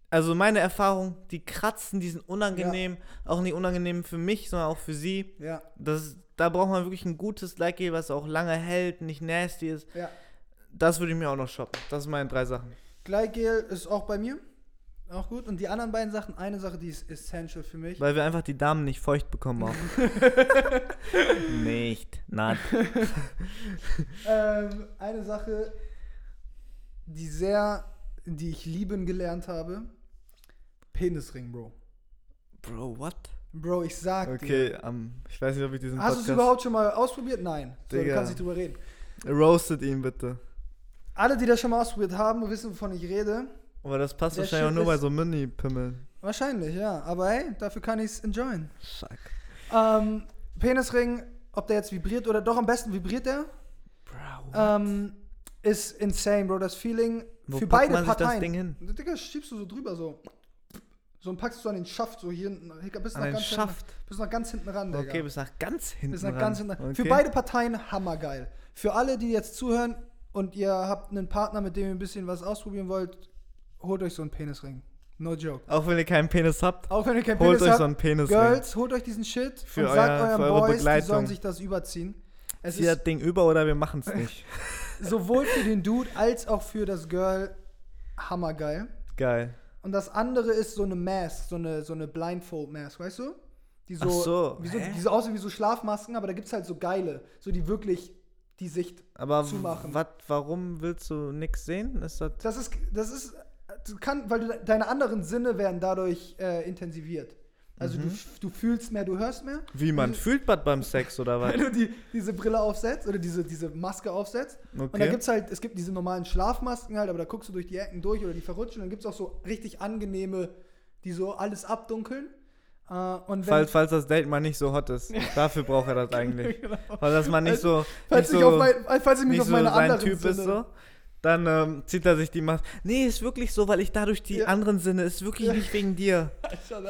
Speaker 2: also meine Erfahrung, die kratzen, die sind unangenehm. Auch nicht unangenehm für mich, sondern auch für sie.
Speaker 1: Ja,
Speaker 2: Das, da braucht man wirklich ein gutes Gleitgel, was auch lange hält, nicht nasty ist.
Speaker 1: ja.
Speaker 2: Das würde ich mir auch noch shoppen. Das sind meine drei Sachen.
Speaker 1: Gleitgel ist auch bei mir. Auch gut. Und die anderen beiden Sachen, eine Sache, die ist essential für mich.
Speaker 2: Weil wir einfach die Damen nicht feucht bekommen auch. nicht. Not.
Speaker 1: Ähm, eine Sache, die sehr, die ich lieben gelernt habe. Penisring, Bro.
Speaker 2: Bro, what?
Speaker 1: Bro, ich sag dir.
Speaker 2: Okay, ähm, ich weiß nicht, ob ich diesen
Speaker 1: Hast du es
Speaker 2: Podcast...
Speaker 1: überhaupt schon mal ausprobiert? Nein. So, du
Speaker 2: Digga.
Speaker 1: kannst nicht drüber reden.
Speaker 2: Roastet ihn bitte.
Speaker 1: Alle, die das schon mal ausprobiert haben, wissen, wovon ich rede.
Speaker 2: Aber das passt
Speaker 1: Der
Speaker 2: wahrscheinlich
Speaker 1: Shit
Speaker 2: auch nur bei
Speaker 1: ist-
Speaker 2: so Mini-Pimmeln.
Speaker 1: Wahrscheinlich, ja. Aber hey, dafür kann ich es enjoyen.
Speaker 2: Fuck.
Speaker 1: Ähm, Penisring, ob der jetzt vibriert oder doch, am besten vibriert er.
Speaker 2: Bro.
Speaker 1: Ähm, ist insane, Bro. Das Feeling
Speaker 2: Wo
Speaker 1: für
Speaker 2: packt
Speaker 1: beide
Speaker 2: man sich das
Speaker 1: Parteien.
Speaker 2: Ding hin?
Speaker 1: Digga, schiebst du so drüber, so. So und packst du an den Schaft, so hier hinten. Digga, bis
Speaker 2: An
Speaker 1: nach
Speaker 2: den
Speaker 1: ganz
Speaker 2: Schaft?
Speaker 1: Hinten, bis nach ganz hinten ran, Digga.
Speaker 2: Okay, bis nach ganz hinten
Speaker 1: bis nach
Speaker 2: ran.
Speaker 1: ganz hinten ran.
Speaker 2: Okay.
Speaker 1: Für beide Parteien hammergeil. Für alle, die jetzt zuhören und ihr habt einen Partner, mit dem ihr ein bisschen was ausprobieren wollt, holt euch so einen Penisring. No joke.
Speaker 2: Auch wenn ihr keinen Penis habt,
Speaker 1: Auch wenn ihr keinen
Speaker 2: holt
Speaker 1: Penis
Speaker 2: euch
Speaker 1: habt,
Speaker 2: so einen Penis.
Speaker 1: Girls, holt euch diesen Shit
Speaker 2: Für
Speaker 1: und sagt
Speaker 2: euer-
Speaker 1: euren
Speaker 2: für eure
Speaker 1: Boys, die sollen
Speaker 2: Begleitung.
Speaker 1: sich das überziehen. Es
Speaker 2: Zieh
Speaker 1: ist
Speaker 2: das Ding über oder wir machen es nicht.
Speaker 1: sowohl für den Dude als auch für das Girl hammergeil.
Speaker 2: Geil.
Speaker 1: Und das andere ist so eine Mask, so eine, so eine Blindfold-Mask, weißt du? Die so,
Speaker 2: Ach so,
Speaker 1: Wie so
Speaker 2: hä?
Speaker 1: die so aussehen wie so Schlafmasken, aber da gibt es halt so geile, so die wirklich die Sicht.
Speaker 2: Aber
Speaker 1: Zumachen.
Speaker 2: wat, warum willst du nichts sehen? Ist das
Speaker 1: Das ist, das ist, du kann, weil du, deine anderen Sinne werden dadurch äh, intensiviert. Also
Speaker 2: Mhm.
Speaker 1: du, f- du fühlst mehr, du hörst mehr.
Speaker 2: wie man fühlt was beim Sex oder was?
Speaker 1: Äh, Wenn du die, diese Brille aufsetzt oder diese, diese Maske aufsetzt. Und da
Speaker 2: Okay.
Speaker 1: gibt's halt, es gibt diese normalen Schlafmasken halt, aber da guckst du durch die Ecken durch oder die verrutschen. Und dann gibt es auch so richtig angenehme, die so alles abdunkeln. Äh, und wenn,
Speaker 2: Falls, falls das Date mal nicht so hot ist. Dafür braucht er das eigentlich.
Speaker 1: Genau.
Speaker 2: Weil dass man nicht so,
Speaker 1: falls,
Speaker 2: nicht
Speaker 1: ich auf
Speaker 2: so,
Speaker 1: mein, falls ich mich
Speaker 2: nicht
Speaker 1: auf
Speaker 2: so
Speaker 1: meine
Speaker 2: sein
Speaker 1: anderen
Speaker 2: Typ
Speaker 1: Sinne,
Speaker 2: ist so, dann ähm, zieht er sich die Maske. Nee, ist wirklich so, weil ich dadurch die
Speaker 1: Ja.
Speaker 2: anderen Sinne, ist wirklich
Speaker 1: Ja.
Speaker 2: nicht wegen dir.
Speaker 1: Alter,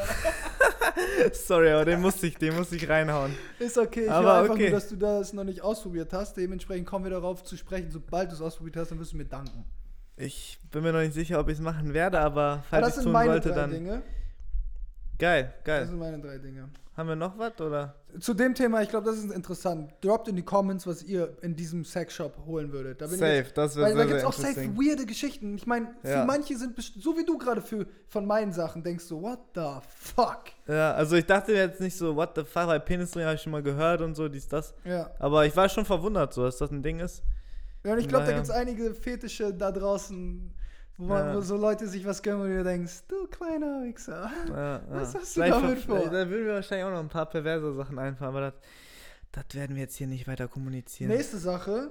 Speaker 2: Sorry, aber den musste ich, den musste ich reinhauen.
Speaker 1: Ist okay, ich
Speaker 2: Aber
Speaker 1: höre einfach
Speaker 2: okay.
Speaker 1: nur, dass du das noch nicht ausprobiert hast. Dementsprechend kommen wir darauf zu sprechen. Sobald du es ausprobiert hast, dann wirst du mir danken.
Speaker 2: Ich bin mir noch nicht sicher, ob ich es machen werde, aber
Speaker 1: Aber
Speaker 2: falls
Speaker 1: das
Speaker 2: ich es
Speaker 1: sind
Speaker 2: tun
Speaker 1: meine
Speaker 2: sollte,
Speaker 1: drei
Speaker 2: dann.
Speaker 1: Dinge.
Speaker 2: Geil,
Speaker 1: Das
Speaker 2: geil.
Speaker 1: sind meine drei Dinge.
Speaker 2: Haben wir noch was oder?
Speaker 1: Zu dem Thema, ich glaube, das ist interessant. Droppt in die Comments, was ihr in diesem Sexshop holen würdet. Da bin Ich
Speaker 2: Safe,
Speaker 1: jetzt,
Speaker 2: das wäre
Speaker 1: weil da
Speaker 2: sehr,
Speaker 1: gibt es
Speaker 2: sehr
Speaker 1: auch safe
Speaker 2: interesting.
Speaker 1: weirde Geschichten. Ich meine, für
Speaker 2: Ja.
Speaker 1: manche sind best- so wie du gerade für von meinen Sachen denkst du, what the fuck?
Speaker 2: Ja, also ich dachte jetzt nicht so, what the fuck, weil Penisring habe ich schon mal gehört und so, dies, das.
Speaker 1: Ja.
Speaker 2: Aber ich war schon verwundert, so, dass das ein Ding ist.
Speaker 1: ja und ich glaube, da
Speaker 2: Naja.
Speaker 1: gibt es einige Fetische da draußen, wo, man,
Speaker 2: Ja.
Speaker 1: wo so Leute sich was gönnen und du denkst, du kleiner Wichser.
Speaker 2: Ja,
Speaker 1: Was
Speaker 2: ja.
Speaker 1: hast du
Speaker 2: Vielleicht
Speaker 1: damit
Speaker 2: ver-
Speaker 1: vor?
Speaker 2: Da würden wir wahrscheinlich auch noch ein paar perverse Sachen einfallen, aber das, das werden wir jetzt hier nicht weiter kommunizieren.
Speaker 1: Nächste Sache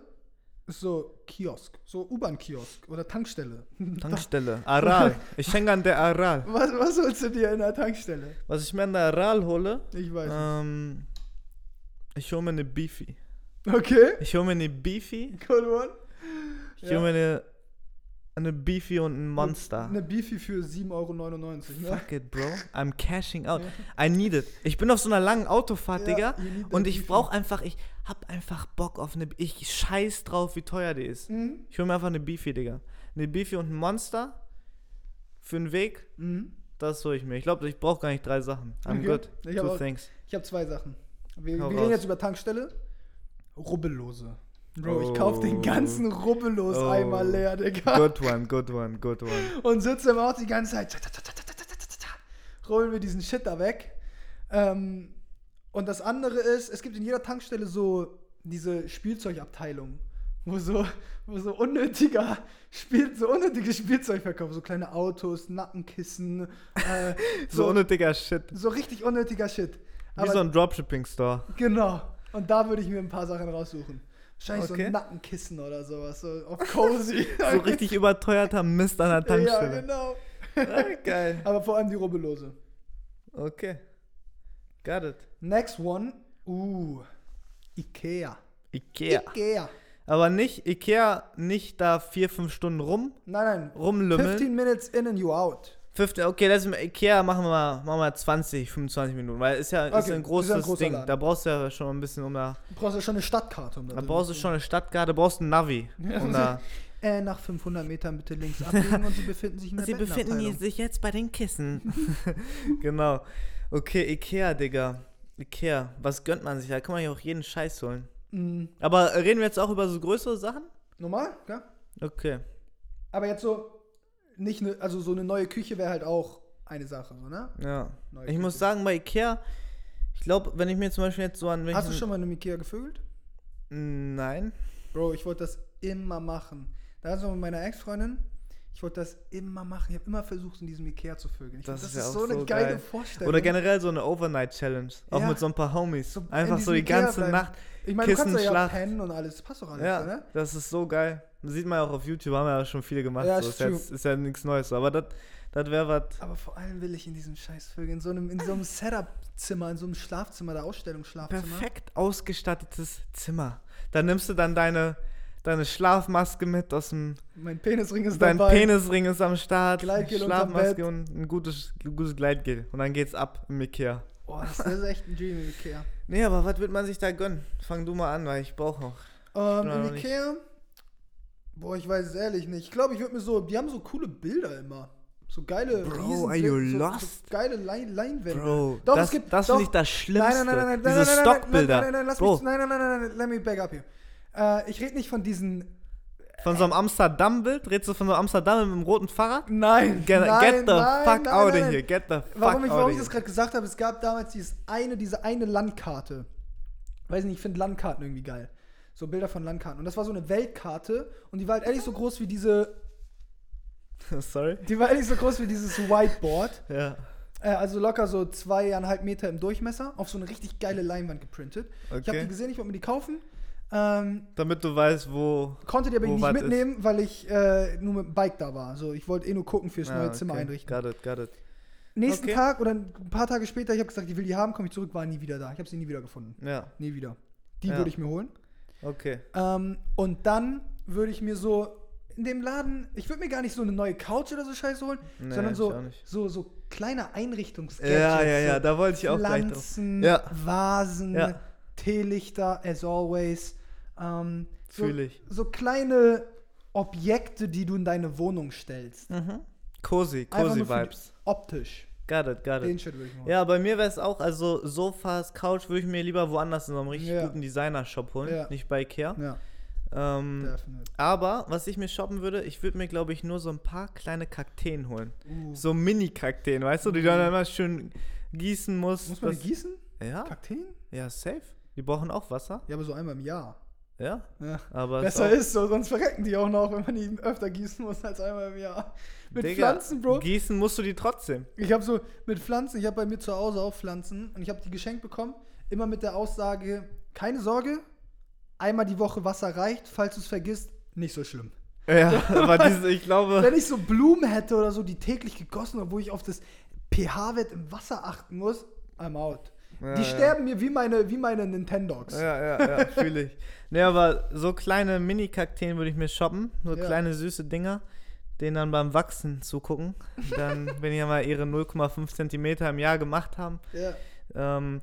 Speaker 1: ist so Kiosk, so U-Bahn-Kiosk oder Tankstelle.
Speaker 2: Tankstelle. Aral. Ich schenke an der Aral.
Speaker 1: was, was holst du dir in der Tankstelle?
Speaker 2: Was ich mir an der Aral hole,
Speaker 1: Ich weiß.
Speaker 2: ähm, ich hole mir eine Beefy. Ah.
Speaker 1: nicht. Okay,
Speaker 2: Ich hole mir eine Beefy.
Speaker 1: good one.
Speaker 2: Ich
Speaker 1: Ja.
Speaker 2: hole mir eine, eine Beefy und ein Monster.
Speaker 1: Eine Beefy für 7,99 Euro. Ne?
Speaker 2: Fuck it, Bro. I'm cashing out.
Speaker 1: Ja.
Speaker 2: I need it. Ich bin auf so einer langen Autofahrt,
Speaker 1: Ja,
Speaker 2: Digga.
Speaker 1: you need
Speaker 2: Und
Speaker 1: that
Speaker 2: ich
Speaker 1: Beefy.
Speaker 2: brauche einfach, ich hab einfach Bock auf eine. Ich scheiß drauf, wie teuer die ist.
Speaker 1: Mhm.
Speaker 2: Ich hole mir einfach eine Beefy, Digga. Eine Beefy und ein Monster. Für den Weg,
Speaker 1: Mhm.
Speaker 2: das hole ich mir. Ich glaube, ich brauche gar nicht drei Sachen. I'm
Speaker 1: Okay.
Speaker 2: good.
Speaker 1: Ich hab
Speaker 2: Two
Speaker 1: auch-
Speaker 2: things.
Speaker 1: Ich habe zwei Sachen. Wir, wir
Speaker 2: Hau
Speaker 1: reden
Speaker 2: raus.
Speaker 1: jetzt über Tankstelle. Rubbellose. Bro, ich kauf den
Speaker 2: Oh.
Speaker 1: ganzen Rubbellos
Speaker 2: Oh.
Speaker 1: einmal leer, Digga.
Speaker 2: Good one, good one, good one.
Speaker 1: Und sitze im Auto die ganze Zeit. Rollen wir diesen Shit da weg. Ähm, und das andere ist, es gibt in jeder Tankstelle so diese Spielzeugabteilung, wo so, wo so unnötiger Spiel, so unnötiges Spielzeug verkauft. So kleine Autos, Nackenkissen. Äh,
Speaker 2: So,
Speaker 1: so,
Speaker 2: unnötiger Shit.
Speaker 1: so richtig unnötiger Shit.
Speaker 2: Wie so ein Dropshipping-Store.
Speaker 1: Genau. Und da würde ich mir ein paar Sachen raussuchen. Wahrscheinlich so
Speaker 2: Okay.
Speaker 1: ein Nackenkissen oder sowas. So auf Cozy.
Speaker 2: So richtig überteuerter Mist an
Speaker 1: Ja,
Speaker 2: der Tankstelle.
Speaker 1: genau.
Speaker 2: ah, geil.
Speaker 1: Aber vor allem die Rubbellose. genau.
Speaker 2: Okay. Got it.
Speaker 1: Next one. Uh. Ikea.
Speaker 2: Ikea.
Speaker 1: Ikea.
Speaker 2: aber nicht Ikea, nicht da vier, fünf Stunden rum,
Speaker 1: Nein, nein.
Speaker 2: rumlümmeln.
Speaker 1: 15 minutes in and you out.
Speaker 2: 15, okay, das ist Ikea, machen wir mal, machen wir mal 20, 25 Minuten, weil ist ja
Speaker 1: Okay,
Speaker 2: ist ein
Speaker 1: ist ja ein
Speaker 2: großes
Speaker 1: großer
Speaker 2: Ding.
Speaker 1: Laden.
Speaker 2: Da brauchst du ja schon ein bisschen, um da.
Speaker 1: Du brauchst ja schon eine Stadtkarte. Um
Speaker 2: Da
Speaker 1: drin
Speaker 2: brauchst du schon eine Stadtkarte, brauchst ein Navi.
Speaker 1: Ja.
Speaker 2: Um da,
Speaker 1: Äh, nach 500 Metern bitte links abbiegen und sie befinden sich in der
Speaker 3: Sie befinden
Speaker 1: Bettenabteilung.
Speaker 3: sich jetzt bei den Kissen.
Speaker 2: genau. Okay, Ikea, Digga. Ikea, was gönnt man sich da? Kann man ja auch jeden Scheiß holen.
Speaker 1: Mm,
Speaker 2: Aber reden wir jetzt auch über so größere Sachen?
Speaker 1: normal, ja?
Speaker 2: Okay.
Speaker 1: Aber jetzt so, nicht ne, also so eine neue Küche wäre halt auch eine Sache, so, ne?
Speaker 2: Ja.
Speaker 1: Neue
Speaker 2: Ich muss
Speaker 1: Küche.
Speaker 2: sagen, bei Ikea, ich glaube, wenn ich mir zum Beispiel jetzt so an. wenn
Speaker 1: Hast
Speaker 2: ich,
Speaker 1: du schon mal in einem Ikea gevögelt?
Speaker 2: Nein.
Speaker 1: Bro, ich wollte das immer machen. Da ist noch mit meiner Ex-Freundin. Ich wollte das immer machen. Ich habe immer versucht, in diesem Ikea zu vögeln. Ich
Speaker 2: Das
Speaker 1: find,
Speaker 2: ist ja auch
Speaker 1: so eine
Speaker 2: so
Speaker 1: geile
Speaker 2: geil.
Speaker 1: Vorstellung.
Speaker 2: Oder generell so eine Overnight-Challenge. Auch
Speaker 1: Ja.
Speaker 2: mit so ein paar Homies.
Speaker 1: So
Speaker 2: Einfach
Speaker 1: in
Speaker 2: so
Speaker 1: diesem
Speaker 2: die
Speaker 1: Ikea
Speaker 2: ganze
Speaker 1: bleiben.
Speaker 2: Nacht.
Speaker 1: ich meine, du kannst da ja
Speaker 2: Kissenschlacht.
Speaker 1: pennen und alles. Das passt doch alles,
Speaker 2: Ja,
Speaker 1: ne?
Speaker 2: das ist so geil. Das sieht man ja auch auf YouTube, haben ja schon viele gemacht.
Speaker 1: Ja,
Speaker 2: so.
Speaker 1: ist
Speaker 2: ist, jetzt, ist ja nichts Neues, aber das wäre was.
Speaker 1: Aber vor allem will ich in diesem scheiß Vögel, in so einem, in so einem Setup-Zimmer, in so einem Schlafzimmer, der Ausstellungsschlafzimmer.
Speaker 2: Perfekt ausgestattetes Zimmer. Da nimmst du dann deine, deine Schlafmaske mit aus dem.
Speaker 1: Mein Penisring ist
Speaker 2: Dein
Speaker 1: dabei.
Speaker 2: Penisring ist am Start.
Speaker 1: Gleitgel unterm
Speaker 2: Schlafmaske
Speaker 1: Bett.
Speaker 2: und ein gutes, gutes Gleitgel. Und dann geht's ab im Ikea.
Speaker 1: Oh, das ist echt ein Dream im Ikea.
Speaker 2: Nee, aber was wird man sich da gönnen? Fang du mal an, weil ich brauche auch.
Speaker 1: Ähm,
Speaker 2: da noch
Speaker 1: in
Speaker 2: nicht.
Speaker 1: Ikea? Boah, ich weiß es ehrlich nicht. Ich glaube, ich würde mir so, die haben so coole Bilder immer. So geile
Speaker 2: Bro,
Speaker 1: Riesen-
Speaker 2: are you
Speaker 1: so, So
Speaker 2: lost?
Speaker 1: geile Lein Leinwände.
Speaker 2: Bro,
Speaker 1: Doch,
Speaker 2: das,
Speaker 1: es gibt-
Speaker 2: das
Speaker 1: doch.
Speaker 2: finde ich das Schlimmste.
Speaker 1: Nein, nein, nein, nein, nein,
Speaker 2: Diese
Speaker 1: nein, nein, nein,
Speaker 2: Stockbilder.
Speaker 1: Nein, nein, nein, lass
Speaker 2: Bro,
Speaker 1: mich, nein, nein, nein, nein, nein, let me back up here. Äh, ich rede nicht von diesen.
Speaker 2: Von so einem Amsterdam-Bild? Redest du von so einem Amsterdam mit einem roten Fahrrad?
Speaker 1: Nein,
Speaker 2: Get,
Speaker 1: nein,
Speaker 2: get the
Speaker 1: nein,
Speaker 2: fuck
Speaker 1: nein, nein,
Speaker 2: out of
Speaker 1: nein.
Speaker 2: here. Get the fuck
Speaker 1: Warum ich,
Speaker 2: out
Speaker 1: warum
Speaker 2: of
Speaker 1: ich
Speaker 2: here.
Speaker 1: das gerade gesagt habe, es gab damals dieses eine, diese eine Landkarte. Weiß nicht, ich finde Landkarten irgendwie geil. So Bilder von Landkarten. Und das war so eine Weltkarte und die war halt ehrlich so groß wie diese,
Speaker 2: Sorry.
Speaker 1: die war ehrlich so groß wie dieses Whiteboard.
Speaker 2: Ja.
Speaker 1: Äh, also locker so zweieinhalb Meter im Durchmesser, auf so eine richtig geile Leinwand geprintet. Ich habe
Speaker 2: Okay.
Speaker 1: die gesehen, ich wollte mir die kaufen. Ähm,
Speaker 2: Damit du weißt, wo.
Speaker 1: konnte die aber
Speaker 2: Wo
Speaker 1: nicht
Speaker 2: was
Speaker 1: mitnehmen, weil ich äh, nur mit dem Bike da war. So, ich wollte eh nur gucken fürs
Speaker 2: Ah,
Speaker 1: neue Zimmer
Speaker 2: okay.
Speaker 1: einrichten.
Speaker 2: Got it, got it.
Speaker 1: Nächsten
Speaker 2: Okay.
Speaker 1: Tag oder ein paar Tage später, ich habe gesagt, ich will die haben, komme ich zurück, war nie wieder da. Ich habe sie nie wieder gefunden.
Speaker 2: Ja,
Speaker 1: Nie wieder. Die
Speaker 2: Ja.
Speaker 1: würde ich mir holen.
Speaker 2: okay.
Speaker 1: Ähm, und dann würde ich mir so in dem Laden, ich würde mir gar nicht so eine neue Couch oder so Scheiße holen,
Speaker 2: Nee,
Speaker 1: sondern
Speaker 2: ich
Speaker 1: so,
Speaker 2: auch nicht.
Speaker 1: so, so kleine Einrichtungs
Speaker 2: Ja, ja, ja, da wollte ich auch gleich drauf.
Speaker 1: Pflanzen,
Speaker 2: Ja.
Speaker 1: Vasen,
Speaker 2: Ja.
Speaker 1: Teelichter, as always. Ähm, so,
Speaker 2: Fühl ich.
Speaker 1: so kleine Objekte, die du in deine Wohnung stellst.
Speaker 2: Cozy,
Speaker 1: Einfach
Speaker 2: Mhm. cozy
Speaker 1: nur für die-
Speaker 2: Vibes.
Speaker 1: Optisch.
Speaker 2: Got it, got
Speaker 1: Den
Speaker 2: it.
Speaker 1: Shit würde ich machen.
Speaker 2: Ja, bei mir wäre es auch, also Sofas, Couch würde ich mir lieber woanders in so einem richtig
Speaker 1: Ja.
Speaker 2: guten Designer-Shop holen,
Speaker 1: Ja.
Speaker 2: nicht bei Ikea.
Speaker 1: ja
Speaker 2: Ähm,
Speaker 1: definitely.
Speaker 2: aber was ich mir shoppen würde, ich würde mir, glaube ich, nur so ein paar kleine Kakteen holen.
Speaker 1: Uh.
Speaker 2: So Mini-Kakteen, weißt du, die du dann immer schön gießen musst.
Speaker 1: Muss man die
Speaker 2: dass-
Speaker 1: gießen?
Speaker 2: Ja,
Speaker 1: Kakteen?
Speaker 2: ja, safe. Die brauchen auch Wasser.
Speaker 1: Ja, aber so einmal im Jahr.
Speaker 2: Ja,
Speaker 1: Ja.
Speaker 2: aber ist
Speaker 1: Besser
Speaker 2: auch-
Speaker 1: ist so, sonst verrecken die auch noch, wenn man die öfter gießen muss als einmal im Jahr. Mit
Speaker 2: Digga,
Speaker 1: Pflanzen, Bro.
Speaker 2: Gießen musst du die trotzdem.
Speaker 1: Ich habe so mit Pflanzen, ich habe bei mir zu Hause auch Pflanzen und ich habe die geschenkt bekommen, immer mit der Aussage, keine Sorge, einmal die Woche Wasser reicht, falls du es vergisst, nicht so schlimm.
Speaker 2: Ja, aber diese, ich glaube.
Speaker 1: Wenn ich so Blumen hätte oder so, die täglich gegossen, obwohl ich auf das pH-Wert im Wasser achten muss, I'm out.
Speaker 2: Ja,
Speaker 1: die
Speaker 2: ja.
Speaker 1: sterben mir wie meine, wie meine Nintendogs.
Speaker 2: Ja, ja, ja, fühle ich. Nee, aber so kleine Mini-Kakteen würde ich mir shoppen. So
Speaker 1: Ja.
Speaker 2: kleine süße Dinger, denen dann beim Wachsen zugucken. Dann, wenn die ja mal ihre 0,5 Zentimeter im Jahr gemacht haben.
Speaker 1: Ja.
Speaker 2: Ähm,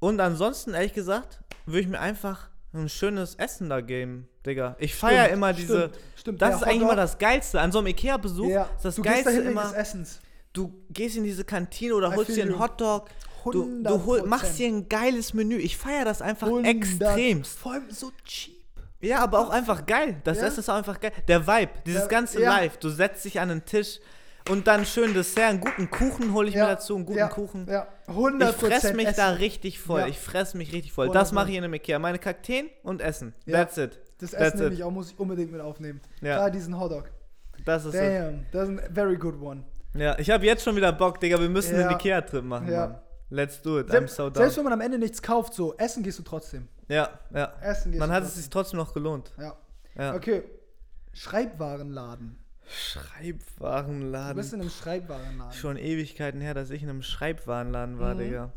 Speaker 2: und ansonsten, ehrlich gesagt, würde ich mir einfach ein schönes Essen da geben, Digga. Ich feiere
Speaker 1: Stimmt,
Speaker 2: immer diese.
Speaker 1: stimmt, stimmt.
Speaker 2: Das
Speaker 1: Ja,
Speaker 2: ist eigentlich immer
Speaker 1: Hotdog.
Speaker 2: das Geilste. An so einem Ikea-Besuch
Speaker 1: Ja.
Speaker 2: ist das
Speaker 1: du gehst
Speaker 2: Geilste
Speaker 1: dahin wegen
Speaker 2: immer.
Speaker 1: des Essens.
Speaker 2: du gehst in diese Kantine oder
Speaker 1: I
Speaker 2: holst dir
Speaker 1: feel
Speaker 2: einen
Speaker 1: you.
Speaker 2: Hotdog. Du, du hol, machst dir ein geiles Menü. Ich feiere das einfach
Speaker 1: 100.
Speaker 2: extremst.
Speaker 1: Vor allem so cheap.
Speaker 2: Ja, aber auch einfach geil. Das
Speaker 1: Ja.
Speaker 2: Essen ist auch einfach geil. Der Vibe, dieses
Speaker 1: Ja,
Speaker 2: ganze
Speaker 1: ja.
Speaker 2: Live. Du setzt dich an den Tisch und dann schön Dessert, einen guten Kuchen hole ich mir dazu, einen guten
Speaker 1: ja,
Speaker 2: Kuchen.
Speaker 1: Ja, 100
Speaker 2: Ich fress mich
Speaker 1: Essen.
Speaker 2: da richtig voll.
Speaker 1: Ja.
Speaker 2: Ich fress mich richtig voll. Das
Speaker 1: 100%.
Speaker 2: mache ich in einem Ikea. Meine Kakteen und Essen.
Speaker 1: Ja.
Speaker 2: That's it.
Speaker 1: Das
Speaker 2: That's
Speaker 1: Essen
Speaker 2: it.
Speaker 1: nämlich auch muss ich unbedingt mit aufnehmen.
Speaker 2: Ja.
Speaker 1: Gerade diesen Hotdog.
Speaker 2: Das ist es.
Speaker 1: Damn, that's a very good one.
Speaker 2: Ja, ich habe jetzt schon wieder Bock, Digga. Wir müssen
Speaker 1: Ja.
Speaker 2: den Ikea-Trip machen,
Speaker 1: Ja.
Speaker 2: Mann. Let's do it. I'm
Speaker 1: Selbst,
Speaker 2: so down.
Speaker 1: selbst wenn man am Ende nichts kauft, so essen gehst du trotzdem.
Speaker 2: Ja, ja.
Speaker 1: Essen gehst
Speaker 2: Man
Speaker 1: du
Speaker 2: hat es
Speaker 1: trotzdem.
Speaker 2: sich trotzdem noch gelohnt.
Speaker 1: Ja.
Speaker 2: Ja.
Speaker 1: Okay. Schreibwarenladen. Du bist
Speaker 2: Schreibwarenladen.
Speaker 1: in einem Schreibwarenladen.
Speaker 2: Schon Ewigkeiten her, dass ich in einem Schreibwarenladen war,
Speaker 1: Mhm.
Speaker 2: Digga.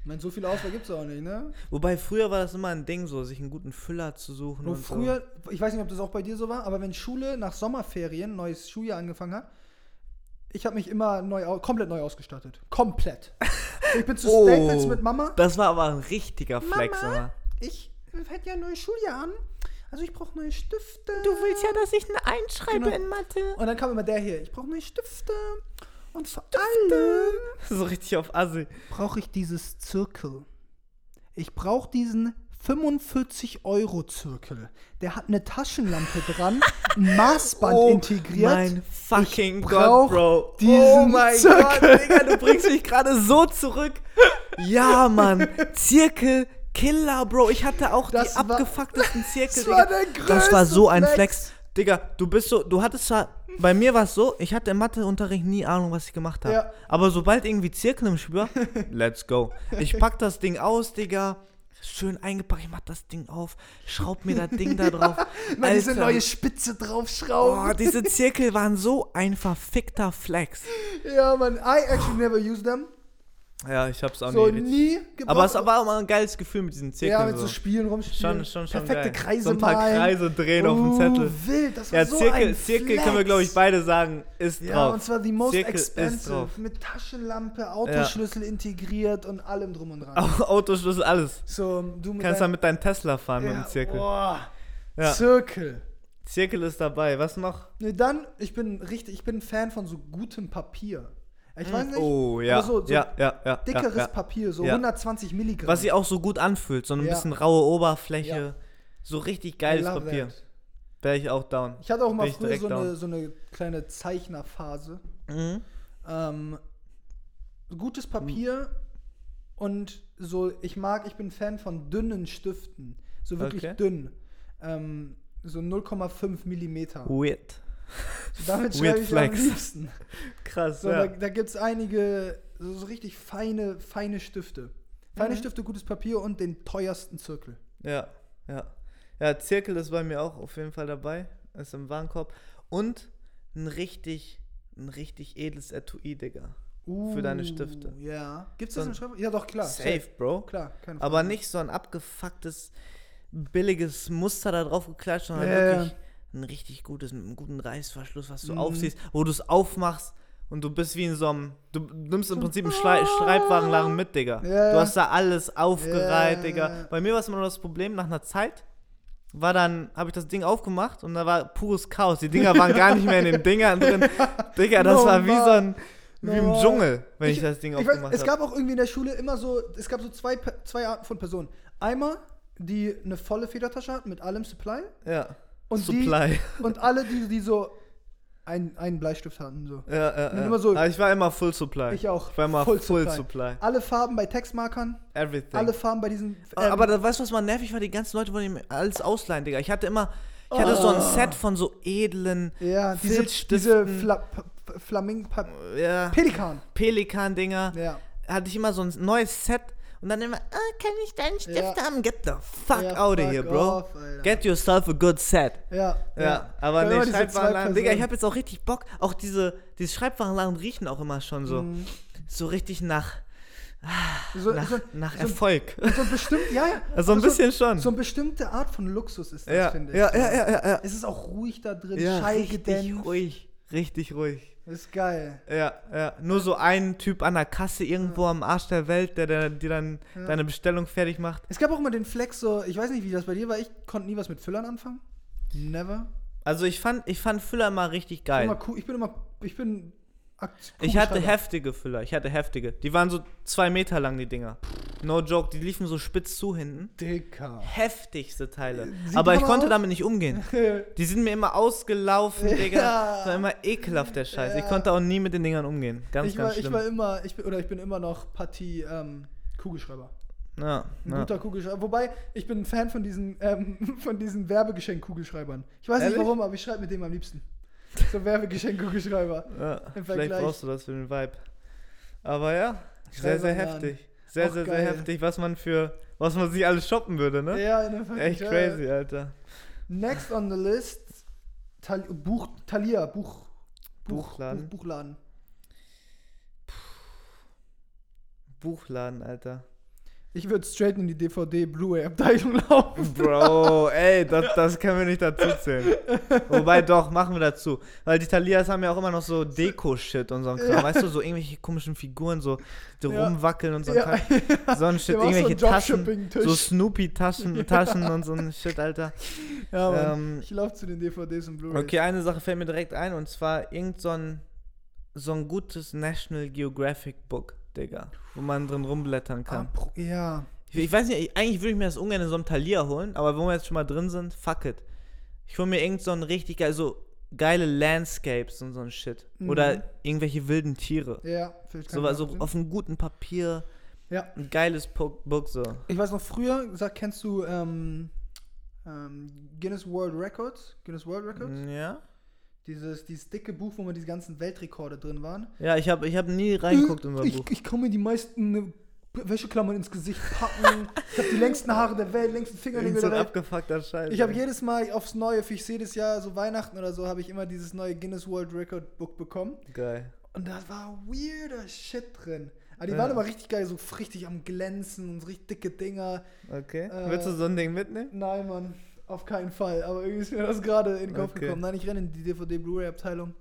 Speaker 1: Ich meine, so viel Auswahl gibt es auch nicht, ne?
Speaker 2: Wobei früher war das immer ein Ding, so sich einen guten Füller zu suchen.
Speaker 1: Nur
Speaker 2: und
Speaker 1: früher, ich weiß nicht, ob das auch bei dir so war, aber wenn Schule nach Sommerferien, neues Schuljahr angefangen hat, ich habe mich immer neu, au- komplett neu ausgestattet. Komplett. Ich bin zu
Speaker 2: So.
Speaker 1: Staples mit Mama.
Speaker 2: Oh. Das war aber ein richtiger Flex.
Speaker 1: Mama?
Speaker 2: Mama.
Speaker 1: Ich fängt ja ein neues Schuljahr an. Also ich brauche neue Stifte.
Speaker 3: willst ja, dass ich eine einschreibe
Speaker 1: Genau.
Speaker 3: in Mathe.
Speaker 1: Und dann kam immer der hier. Ich brauche neue Stifte. Und vor allem
Speaker 2: So richtig auf Assi.
Speaker 1: brauche ich dieses Zirkel. Ich brauche diesen 45-Euro-Zirkel. Der hat eine Taschenlampe dran, ein Maßband
Speaker 2: Oh,
Speaker 1: integriert.
Speaker 2: Mein fucking
Speaker 1: Ich brauch
Speaker 2: Gott, Bro. oh
Speaker 1: diesen
Speaker 2: mein
Speaker 1: Zirkel.
Speaker 2: Gott, Digga, du bringst mich gerade so zurück. Ja, Mann. Zirkel, Killer, Bro. Ich hatte auch
Speaker 1: Das
Speaker 2: die
Speaker 1: war-
Speaker 2: abgefucktesten Zirkel.
Speaker 1: Das war
Speaker 2: Digga.
Speaker 1: der
Speaker 2: das war so
Speaker 1: größte
Speaker 2: ein Flex.
Speaker 1: Flex.
Speaker 2: Digga, du bist so, du hattest zwar, bei mir war es so, ich hatte im Matheunterricht nie Ahnung, was ich gemacht habe.
Speaker 1: Ja.
Speaker 2: Aber sobald irgendwie Zirkel im Spiel war, let's go. Ich pack das Ding aus, Digga. Schön eingepackt, ich mach das Ding auf, schraub mir das Ding da drauf.
Speaker 1: Mal diese
Speaker 2: Alter.
Speaker 1: neue Spitze draufschrauben.
Speaker 2: Oh, diese Zirkel waren so ein verfickter Flex.
Speaker 1: Ja, man, I actually never use them.
Speaker 2: Ja, ich hab's auch
Speaker 1: So
Speaker 2: nie. richtig-
Speaker 1: nie gebraucht.
Speaker 2: Aber es war immer ein geiles Gefühl mit diesen Zirkeln.
Speaker 1: Ja, mit so Spielen rumspielen.
Speaker 2: Schon- schon- schon
Speaker 1: Perfekte
Speaker 2: geil.
Speaker 1: Kreise
Speaker 2: So ein paar
Speaker 1: malen. Oh,
Speaker 2: Kreise drehen auf dem Zettel.
Speaker 1: wild, das war
Speaker 2: ja,
Speaker 1: so
Speaker 2: Zirkel,
Speaker 1: ein
Speaker 2: Zirkel
Speaker 1: Flex.
Speaker 2: können wir, glaube ich, beide sagen, ist
Speaker 1: Ja,
Speaker 2: drauf.
Speaker 1: und zwar die most
Speaker 2: Zirkel ist
Speaker 1: expensive.
Speaker 2: drauf.
Speaker 1: Mit Taschenlampe, Autoschlüssel integriert und allem drum und dran.
Speaker 2: Au- Autoschlüssel, alles.
Speaker 1: So, du mit
Speaker 2: Kannst dann
Speaker 1: deinem-
Speaker 2: mit deinem Tesla fahren mit dem Zirkel.
Speaker 1: Boah.
Speaker 2: Ja.
Speaker 1: Zirkel.
Speaker 2: Zirkel ist dabei. Was noch?
Speaker 1: Ne, dann, ich bin richtig, ich bin ein Fan von so gutem Papier. Ich weiß nicht,
Speaker 2: Oh, ja.
Speaker 1: aber so, so
Speaker 2: ja, ja, ja.
Speaker 1: dickeres
Speaker 2: ja, ja.
Speaker 1: Papier, so
Speaker 2: Ja.
Speaker 1: 120 Milligramm.
Speaker 2: Was sich auch so gut anfühlt. So ein
Speaker 1: Ja.
Speaker 2: bisschen raue Oberfläche.
Speaker 1: Ja.
Speaker 2: So richtig
Speaker 1: I
Speaker 2: geiles
Speaker 1: love
Speaker 2: Papier.
Speaker 1: that.
Speaker 2: Wäre ich auch down.
Speaker 1: Ich hatte auch mal
Speaker 2: Bin ich
Speaker 1: früher
Speaker 2: direkt
Speaker 1: so eine,
Speaker 2: down.
Speaker 1: so eine kleine Zeichnerphase.
Speaker 2: Mhm.
Speaker 1: Ähm, gutes Papier und so, ich mag, ich bin Fan von dünnen Stiften. So wirklich
Speaker 2: Okay.
Speaker 1: dünn. Ähm, so 0,5 Millimeter.
Speaker 2: Weird.
Speaker 1: So damit
Speaker 2: Weird
Speaker 1: schreibe ich
Speaker 2: flex.
Speaker 1: am liebsten.
Speaker 2: Krass,
Speaker 1: So,
Speaker 2: ja.
Speaker 1: Da, da gibt es einige, so, so richtig feine, feine Stifte.
Speaker 2: Mhm.
Speaker 1: Feine Stifte, gutes Papier und den teuersten Zirkel.
Speaker 2: ja. Ja. Ja, Zirkel ist bei mir auch auf jeden Fall dabei. Ist im Warenkorb. Und ein richtig, ein richtig edles Etui, Digga. Für deine
Speaker 1: Uh,
Speaker 2: Stifte.
Speaker 1: Ja. Gibt es das
Speaker 2: So ein-
Speaker 1: im Schreibtisch? Ja, doch, klar.
Speaker 2: Safe, Bro.
Speaker 1: Klar, keine Frage.
Speaker 2: Aber nicht so ein abgefucktes, billiges Muster da drauf geklatscht, sondern
Speaker 1: Ja, ja.
Speaker 2: wirklich ein richtig gutes, mit einem guten Reißverschluss, was du
Speaker 1: Mhm.
Speaker 2: aufsiehst, wo du es aufmachst und du bist wie in so einem. Du nimmst im Prinzip einen Schrei Schreibwarenladen mit, Digga.
Speaker 1: Ja.
Speaker 2: Du hast da alles aufgereiht,
Speaker 1: Ja.
Speaker 2: Digga. Bei mir war es immer nur das Problem, nach einer Zeit war dann, habe ich das Ding aufgemacht und da war pures Chaos. Die Dinger waren gar nicht mehr in den Dingern drin. Digga, das war wie so ein. Wie im
Speaker 1: Normal.
Speaker 2: Dschungel, wenn ich, das Ding
Speaker 1: ich weiß,
Speaker 2: aufgemacht
Speaker 1: Es
Speaker 2: habe.
Speaker 1: gab auch irgendwie in der Schule immer so, es gab so zwei, Pe- zwei Arten von Personen. Einmal, die eine volle Federtasche hatten mit allem Supply.
Speaker 2: Ja.
Speaker 1: Und
Speaker 2: Supply.
Speaker 1: Die, und alle, die, die so ein, einen Bleistift hatten. So.
Speaker 2: Ja, ja, ja.
Speaker 1: immer so-
Speaker 2: Aber ich war immer Full Supply.
Speaker 1: Ich auch.
Speaker 2: Ich war immer Full, Supply.
Speaker 1: Alle Farben bei Textmarkern,
Speaker 2: Everything.
Speaker 1: alle Farben bei diesen. ähm,
Speaker 2: aber Ah, aber da, weißt du, was mal nervig war? Die ganzen Leute wollten mir alles ausleihen, Digga. Ich hatte immer, ich hatte so ein
Speaker 1: Oh.
Speaker 2: Set von so edlen
Speaker 1: ja, diese, diese
Speaker 2: Filzstiften.
Speaker 1: Fla, P- P- Flaming. P-
Speaker 2: ja,
Speaker 1: Pelikan.
Speaker 2: Pelikan-Dinger.
Speaker 1: Ja.
Speaker 2: Hatte ich immer so ein neues Set. Und dann immer, ah, kann ich deinen Stift
Speaker 1: Ja.
Speaker 2: haben? Get the fuck
Speaker 1: Ja,
Speaker 2: out of
Speaker 1: fuck
Speaker 2: here, bro.
Speaker 1: off, Alter.
Speaker 2: Get yourself a good set.
Speaker 1: Ja,
Speaker 2: Ja, aber
Speaker 1: Da immer
Speaker 2: nee,
Speaker 1: diese
Speaker 2: Schreibwarenladen.
Speaker 1: zwei
Speaker 2: Digga, ich
Speaker 1: Personen.
Speaker 2: habe jetzt auch richtig Bock. Auch diese, diese Schreibwarenladen riechen auch immer schon
Speaker 1: Mhm.
Speaker 2: so, so richtig nach,
Speaker 1: so,
Speaker 2: nach,
Speaker 1: so,
Speaker 2: nach
Speaker 1: Also, so,
Speaker 2: Erfolg.
Speaker 1: so ein bestimmt, ja, ja.
Speaker 2: Also ein
Speaker 1: Aber
Speaker 2: bisschen schon.
Speaker 1: So eine bestimmte Art von Luxus ist das,
Speaker 2: ja.
Speaker 1: finde ich.
Speaker 2: ja, ja, ja, ja, ja.
Speaker 1: Es ist auch ruhig da drin,
Speaker 2: ja richtig
Speaker 1: schallgedämpft.
Speaker 2: ruhig. Richtig ruhig.
Speaker 1: Ist geil.
Speaker 2: Ja, ja. Nur so ein Typ an der Kasse irgendwo am Arsch der Welt, der, der dir dann deine Bestellung fertig macht.
Speaker 1: Es gab auch immer den Flex, so, ich weiß nicht, wie das bei dir war, ich konnte nie was mit Füllern anfangen. Never.
Speaker 2: Also ich fand, ich fand Füller immer richtig geil.
Speaker 1: Immer cool. Ich bin immer, ich bin akt-
Speaker 2: ich hatte
Speaker 1: Kugelschreiber.
Speaker 2: heftige Füller, ich hatte heftige. Die waren so zwei Meter lang, die Dinger. No joke, die liefen so spitz zu hinten.
Speaker 1: Dicker.
Speaker 2: Heftigste Teile.
Speaker 1: Äh, Sieht
Speaker 2: Aber ich
Speaker 1: man
Speaker 2: konnte
Speaker 1: auch-
Speaker 2: damit nicht umgehen. Die sind mir immer ausgelaufen, Digga.
Speaker 1: Ja.
Speaker 2: Das war immer ekelhaft, der Scheiß. Ich
Speaker 1: Ja.
Speaker 2: konnte auch nie mit den Dingern umgehen. Ganz,
Speaker 1: ich,
Speaker 2: ganz
Speaker 1: war,
Speaker 2: schlimm.
Speaker 1: ich war immer, ich bin, oder ich bin immer noch Partie ähm, Kugelschreiber.
Speaker 2: Ja,
Speaker 1: Ein
Speaker 2: ja.
Speaker 1: guter Kugelschreiber. Wobei, ich bin ein Fan von diesen, ähm, von diesen Werbegeschenk-Kugelschreibern. Ich weiß
Speaker 2: Ehrlich?
Speaker 1: nicht warum, aber ich schreibe mit dem am liebsten. So Werbegeschenk-Kugelschreiber.
Speaker 2: Ja,
Speaker 1: Im
Speaker 2: vielleicht
Speaker 1: Vergleich.
Speaker 2: brauchst du das für den Vibe. Aber ja, sehr,
Speaker 1: Schreiber
Speaker 2: sehr
Speaker 1: lernen.
Speaker 2: heftig. Sehr,
Speaker 1: Auch
Speaker 2: sehr, sehr
Speaker 1: geil.
Speaker 2: heftig, was man für, was man sich alles shoppen würde, ne?
Speaker 1: Ja, in der
Speaker 2: Echt crazy, Alter.
Speaker 1: Next on the list, Tal Buch, Thalia, Buch, Buch,
Speaker 2: Buchladen.
Speaker 1: Buch, Buchladen.
Speaker 2: Buchladen, Alter.
Speaker 1: Ich würde straight in die DVD-Blu-ray-Abteilung laufen.
Speaker 2: Bro, ey, das, das können wir nicht dazu zählen. Wobei doch, machen wir dazu. Weil die Thalias haben ja auch immer noch so Deko-Shit und so ein Kram. Weißt du, so irgendwelche komischen Figuren, so die
Speaker 1: Ja.
Speaker 2: rumwackeln und so ein
Speaker 1: Ja.
Speaker 2: Kram. So ein Shit,
Speaker 1: Der war so ein
Speaker 2: irgendwelche Taschen,
Speaker 1: Dropshipping-Tisch.
Speaker 2: so Snoopy-Taschen Taschen und so ein Shit, Alter.
Speaker 1: Ja, Mann.
Speaker 2: Ähm,
Speaker 1: ich laufe zu den DVDs und Blu-rays.
Speaker 2: Okay, eine Sache fällt mir direkt ein und zwar irgend so ein, so ein gutes National Geographic Book, Digga, wo man drin rumblättern
Speaker 1: Ah,
Speaker 2: kann.
Speaker 1: Pro- ja.
Speaker 2: Ich, ich weiß nicht, ich, eigentlich würde ich mir das ungern in so einem Talier holen, aber wo wir jetzt schon mal drin sind, fuck it. Ich hole mir irgend so ein richtig geil, so geile Landscapes und so ein Shit.
Speaker 1: Mhm.
Speaker 2: Oder irgendwelche wilden Tiere.
Speaker 1: Ja, genau, vielleicht kann
Speaker 2: So,
Speaker 1: ich
Speaker 2: also
Speaker 1: nachsehen.
Speaker 2: auf einem guten Papier,
Speaker 1: Ja.
Speaker 2: ein geiles Po- Book so.
Speaker 1: Ich weiß noch früher, sag, kennst du ähm, ähm, Guinness World Records? Guinness World Records?
Speaker 2: Hm, Ja?
Speaker 1: Dieses, dieses dicke Buch, wo mal diese ganzen Weltrekorde drin waren.
Speaker 2: Ja, ich habe ich hab nie reingeguckt in unser
Speaker 1: Hm, ich,
Speaker 2: Buch.
Speaker 1: Ich kann mir die meisten äh, Wäscheklammern ins Gesicht packen. ich habe die längsten Haare der Welt, längsten Fingernägel
Speaker 2: So ein
Speaker 1: der Welt.
Speaker 2: abgefuckter Scheiß.
Speaker 1: Ich habe
Speaker 2: ey.
Speaker 1: jedes Mal aufs Neue, für ich jedes Jahr, so Weihnachten oder so, habe ich immer dieses neue Guinness World Record Book bekommen.
Speaker 2: Geil.
Speaker 1: Und da war weirder Shit drin. Aber die
Speaker 2: Ja.
Speaker 1: waren aber richtig geil, so richtig am Glänzen und so richtig dicke Dinger.
Speaker 2: Okay.
Speaker 1: Äh,
Speaker 2: Willst du so ein Ding mitnehmen?
Speaker 1: Nein, Mann, auf keinen Fall. Aber irgendwie ist mir das gerade in den Kopf
Speaker 2: Okay.
Speaker 1: gekommen. Nein, ich renne in die DVD-Blu-ray-Abteilung.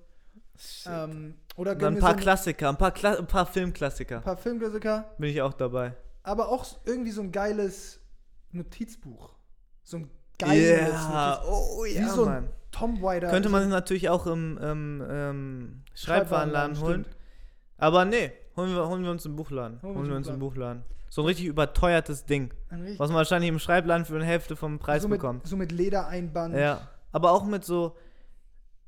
Speaker 1: Ähm, oder
Speaker 2: Dann
Speaker 1: gönn
Speaker 2: ein
Speaker 1: mir
Speaker 2: paar
Speaker 1: so ein
Speaker 2: Klassiker, ein paar, Kla ein paar Filmklassiker.
Speaker 1: paar Filmklassiker.
Speaker 2: Bin ich auch dabei.
Speaker 1: aber auch s- irgendwie so ein geiles Notizbuch. So ein geiles Notizbuch.
Speaker 2: oh
Speaker 1: Wie so ein Tom Wider.
Speaker 2: Könnte man
Speaker 1: so
Speaker 2: sich natürlich auch im, im, ähm,
Speaker 1: ein
Speaker 2: Schreibwarenladen holen.
Speaker 1: stimmt.
Speaker 2: Aber nee, holen wir, holen wir uns im Buchladen.
Speaker 1: Holen wir
Speaker 2: Holen,
Speaker 1: uns
Speaker 2: wir
Speaker 1: im
Speaker 2: uns im Buchladen. So ein richtig überteuertes Ding.
Speaker 1: Ein richtig-
Speaker 2: Was man wahrscheinlich im Schreibladen für eine Hälfte vom Preis
Speaker 1: so Also mit,
Speaker 2: bekommt.
Speaker 1: So mit Ledereinband.
Speaker 2: Ja. Aber auch mit so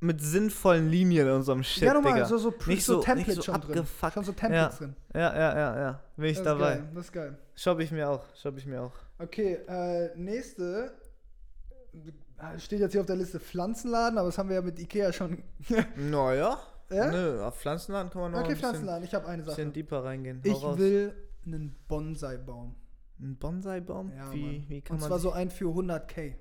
Speaker 2: mit sinnvollen Linien und so einem Shit,
Speaker 1: ja, nochmal,
Speaker 2: Digga.
Speaker 1: so, so, pre-
Speaker 2: Nicht
Speaker 1: so,
Speaker 2: so-
Speaker 1: Templates
Speaker 2: nicht so
Speaker 1: schon drin.
Speaker 2: abgefuckt.
Speaker 1: Schon so Templates drin.
Speaker 2: Ja, ja, ja, ja. Bin ich
Speaker 1: das
Speaker 2: dabei.
Speaker 1: Ist geil, das ist geil.
Speaker 2: Shop ich mir auch. Shop ich mir auch.
Speaker 1: Okay, äh, nächste. äh, Steht jetzt hier auf der Liste Pflanzenladen, aber das haben wir ja mit Ikea schon.
Speaker 2: Naja.
Speaker 1: Ja?
Speaker 2: Nö, auf Pflanzenladen kann man noch
Speaker 1: okay,
Speaker 2: ein bisschen,
Speaker 1: Pflanzenladen, ich habe eine Sache.
Speaker 2: bisschen deeper reingehen. Hau
Speaker 1: Ich
Speaker 2: raus.
Speaker 1: will einen Bonsai-Baum.
Speaker 2: Ein Bonsai-Baum?
Speaker 1: Ja,
Speaker 2: wie,
Speaker 1: Mann.
Speaker 2: wie kann
Speaker 1: Und
Speaker 2: man
Speaker 1: zwar
Speaker 2: sich-
Speaker 1: so ein für 100k.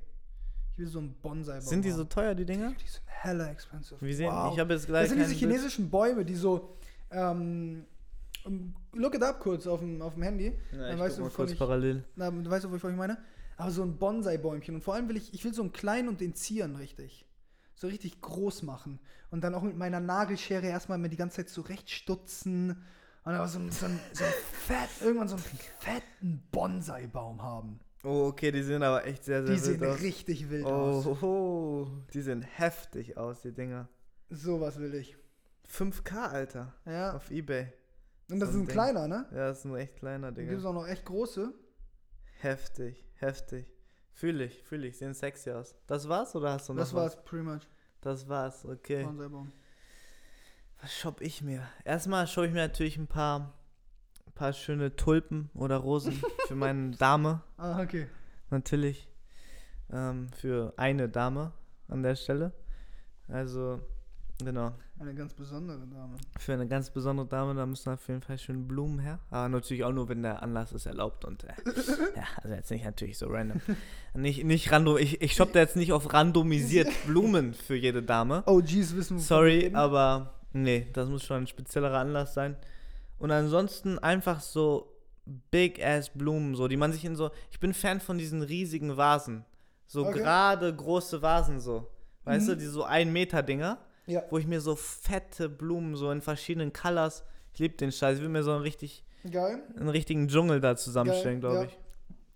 Speaker 1: Ich will so einen Bonsai bauen.
Speaker 2: Sind die so teuer, die Dinger?
Speaker 1: Die sind hella expensive.
Speaker 2: Wir sehen,
Speaker 1: Wow.
Speaker 2: ich habe jetzt
Speaker 1: Das
Speaker 2: gleich
Speaker 1: sind diese
Speaker 2: kein Bild.
Speaker 1: chinesischen Bäume, die so. Ähm, um, look it up kurz auf dem, auf dem Handy.
Speaker 2: Na,
Speaker 1: Dann
Speaker 2: ich
Speaker 1: weißt
Speaker 2: weißt
Speaker 1: du,
Speaker 2: mal
Speaker 1: wovon
Speaker 2: kurz
Speaker 1: ich,
Speaker 2: parallel.
Speaker 1: na, du weißt, wovon ich meine? Aber so ein Bonsai-Bäumchen. Und vor allem will ich, ich will so einen kleinen und den zieren richtig. So richtig groß machen. Und dann auch mit meiner Nagelschere erstmal mir die ganze Zeit zurechtstutzen. Und aber so, ein- so, ein- so ein fett, irgendwann so einen fetten Bonsai-Baum haben.
Speaker 2: Oh, okay, die sehen aber echt sehr, sehr
Speaker 1: Die sehen
Speaker 2: wild aus.
Speaker 1: richtig wild aus.
Speaker 2: Oh, oh, die sehen heftig aus, die Dinger.
Speaker 1: Sowas will ich.
Speaker 2: 5K, Alter,
Speaker 1: Ja.
Speaker 2: auf Ebay.
Speaker 1: Und das ist
Speaker 2: so ein
Speaker 1: ein
Speaker 2: Ding.
Speaker 1: kleiner, ne?
Speaker 2: Ja, das ist ein echt kleiner
Speaker 1: Da gibt es
Speaker 2: Dinger.
Speaker 1: auch noch echt große.
Speaker 2: Heftig, heftig. Fühle ich, fühle ich, sehen sexy aus. Das war's oder hast du noch
Speaker 1: Das war's, pretty much.
Speaker 2: was? Das war's, okay.
Speaker 1: Bonsai-Baum.
Speaker 2: Was shopp ich mir? Erstmal shoppe ich mir natürlich ein paar, ein paar schöne Tulpen oder Rosen für meine Dame,
Speaker 1: Ah, okay.
Speaker 2: natürlich. Ähm, für eine Dame an der Stelle. Also, genau.
Speaker 1: Eine ganz besondere Dame.
Speaker 2: Für eine ganz besondere Dame, da müssen auf jeden Fall schöne Blumen her. Aber natürlich auch nur, wenn der Anlass ist erlaubt und äh, ja, also jetzt nicht natürlich so random. Nicht, nicht random, ich, ich shoppe da jetzt nicht auf randomisiert Blumen für jede Dame.
Speaker 1: OGs Oh, wissen wovon wir
Speaker 2: Sorry,
Speaker 1: reden.
Speaker 2: aber nee, das muss schon ein speziellerer Anlass sein. Und ansonsten einfach so big ass Blumen, so die man sich in so. Ich bin Fan von diesen riesigen Vasen, so
Speaker 1: Okay. Mhm.
Speaker 2: gerade große Vasen so, weißt du, die so ein Meter Dinger,
Speaker 1: Ja.
Speaker 2: wo ich mir so fette Blumen so in verschiedenen Colors. Ich liebe den Scheiß. Ich will mir so einen richtig,
Speaker 1: Geil.
Speaker 2: einen richtigen Dschungel da zusammenstellen,
Speaker 1: Geil,
Speaker 2: glaube ich.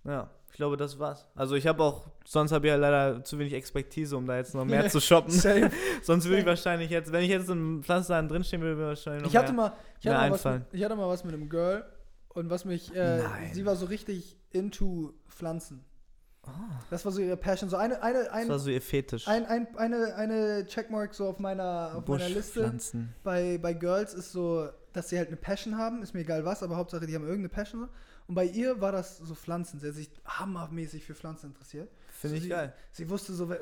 Speaker 2: Ja, ich glaube, das war's. Also ich habe auch, sonst habe ich ja leider zu wenig Expertise, um da jetzt noch mehr zu shoppen.
Speaker 1: Safe.
Speaker 2: Sonst würde ich wahrscheinlich jetzt, wenn ich jetzt im Pflanzenladen drinstehen würde, würde ich wahrscheinlich noch
Speaker 1: Ich hatte
Speaker 2: mehr.
Speaker 1: mal, ich
Speaker 2: mir
Speaker 1: hatte mal, was
Speaker 2: einfallen.
Speaker 1: mit, ich hatte mal was mit einem Girl und was mich, äh,
Speaker 2: Nein.
Speaker 1: sie war so richtig into Pflanzen. Das war so ihre Passion. So eine, eine,
Speaker 2: Ah. Das
Speaker 1: ein,
Speaker 2: war so ihr Fetisch.
Speaker 1: ein, ein, eine, eine Checkmark so auf meiner, auf meiner Liste.
Speaker 2: Buschpflanzen.
Speaker 1: bei, bei Girls ist so, dass sie halt eine Passion haben, ist mir egal was, aber Hauptsache die haben irgendeine Passion. Und bei ihr war das so Pflanzen. Sie hat sich hammermäßig für Pflanzen interessiert.
Speaker 2: Finde
Speaker 1: so
Speaker 2: ich
Speaker 1: sie,
Speaker 2: geil.
Speaker 1: Sie wusste so, we-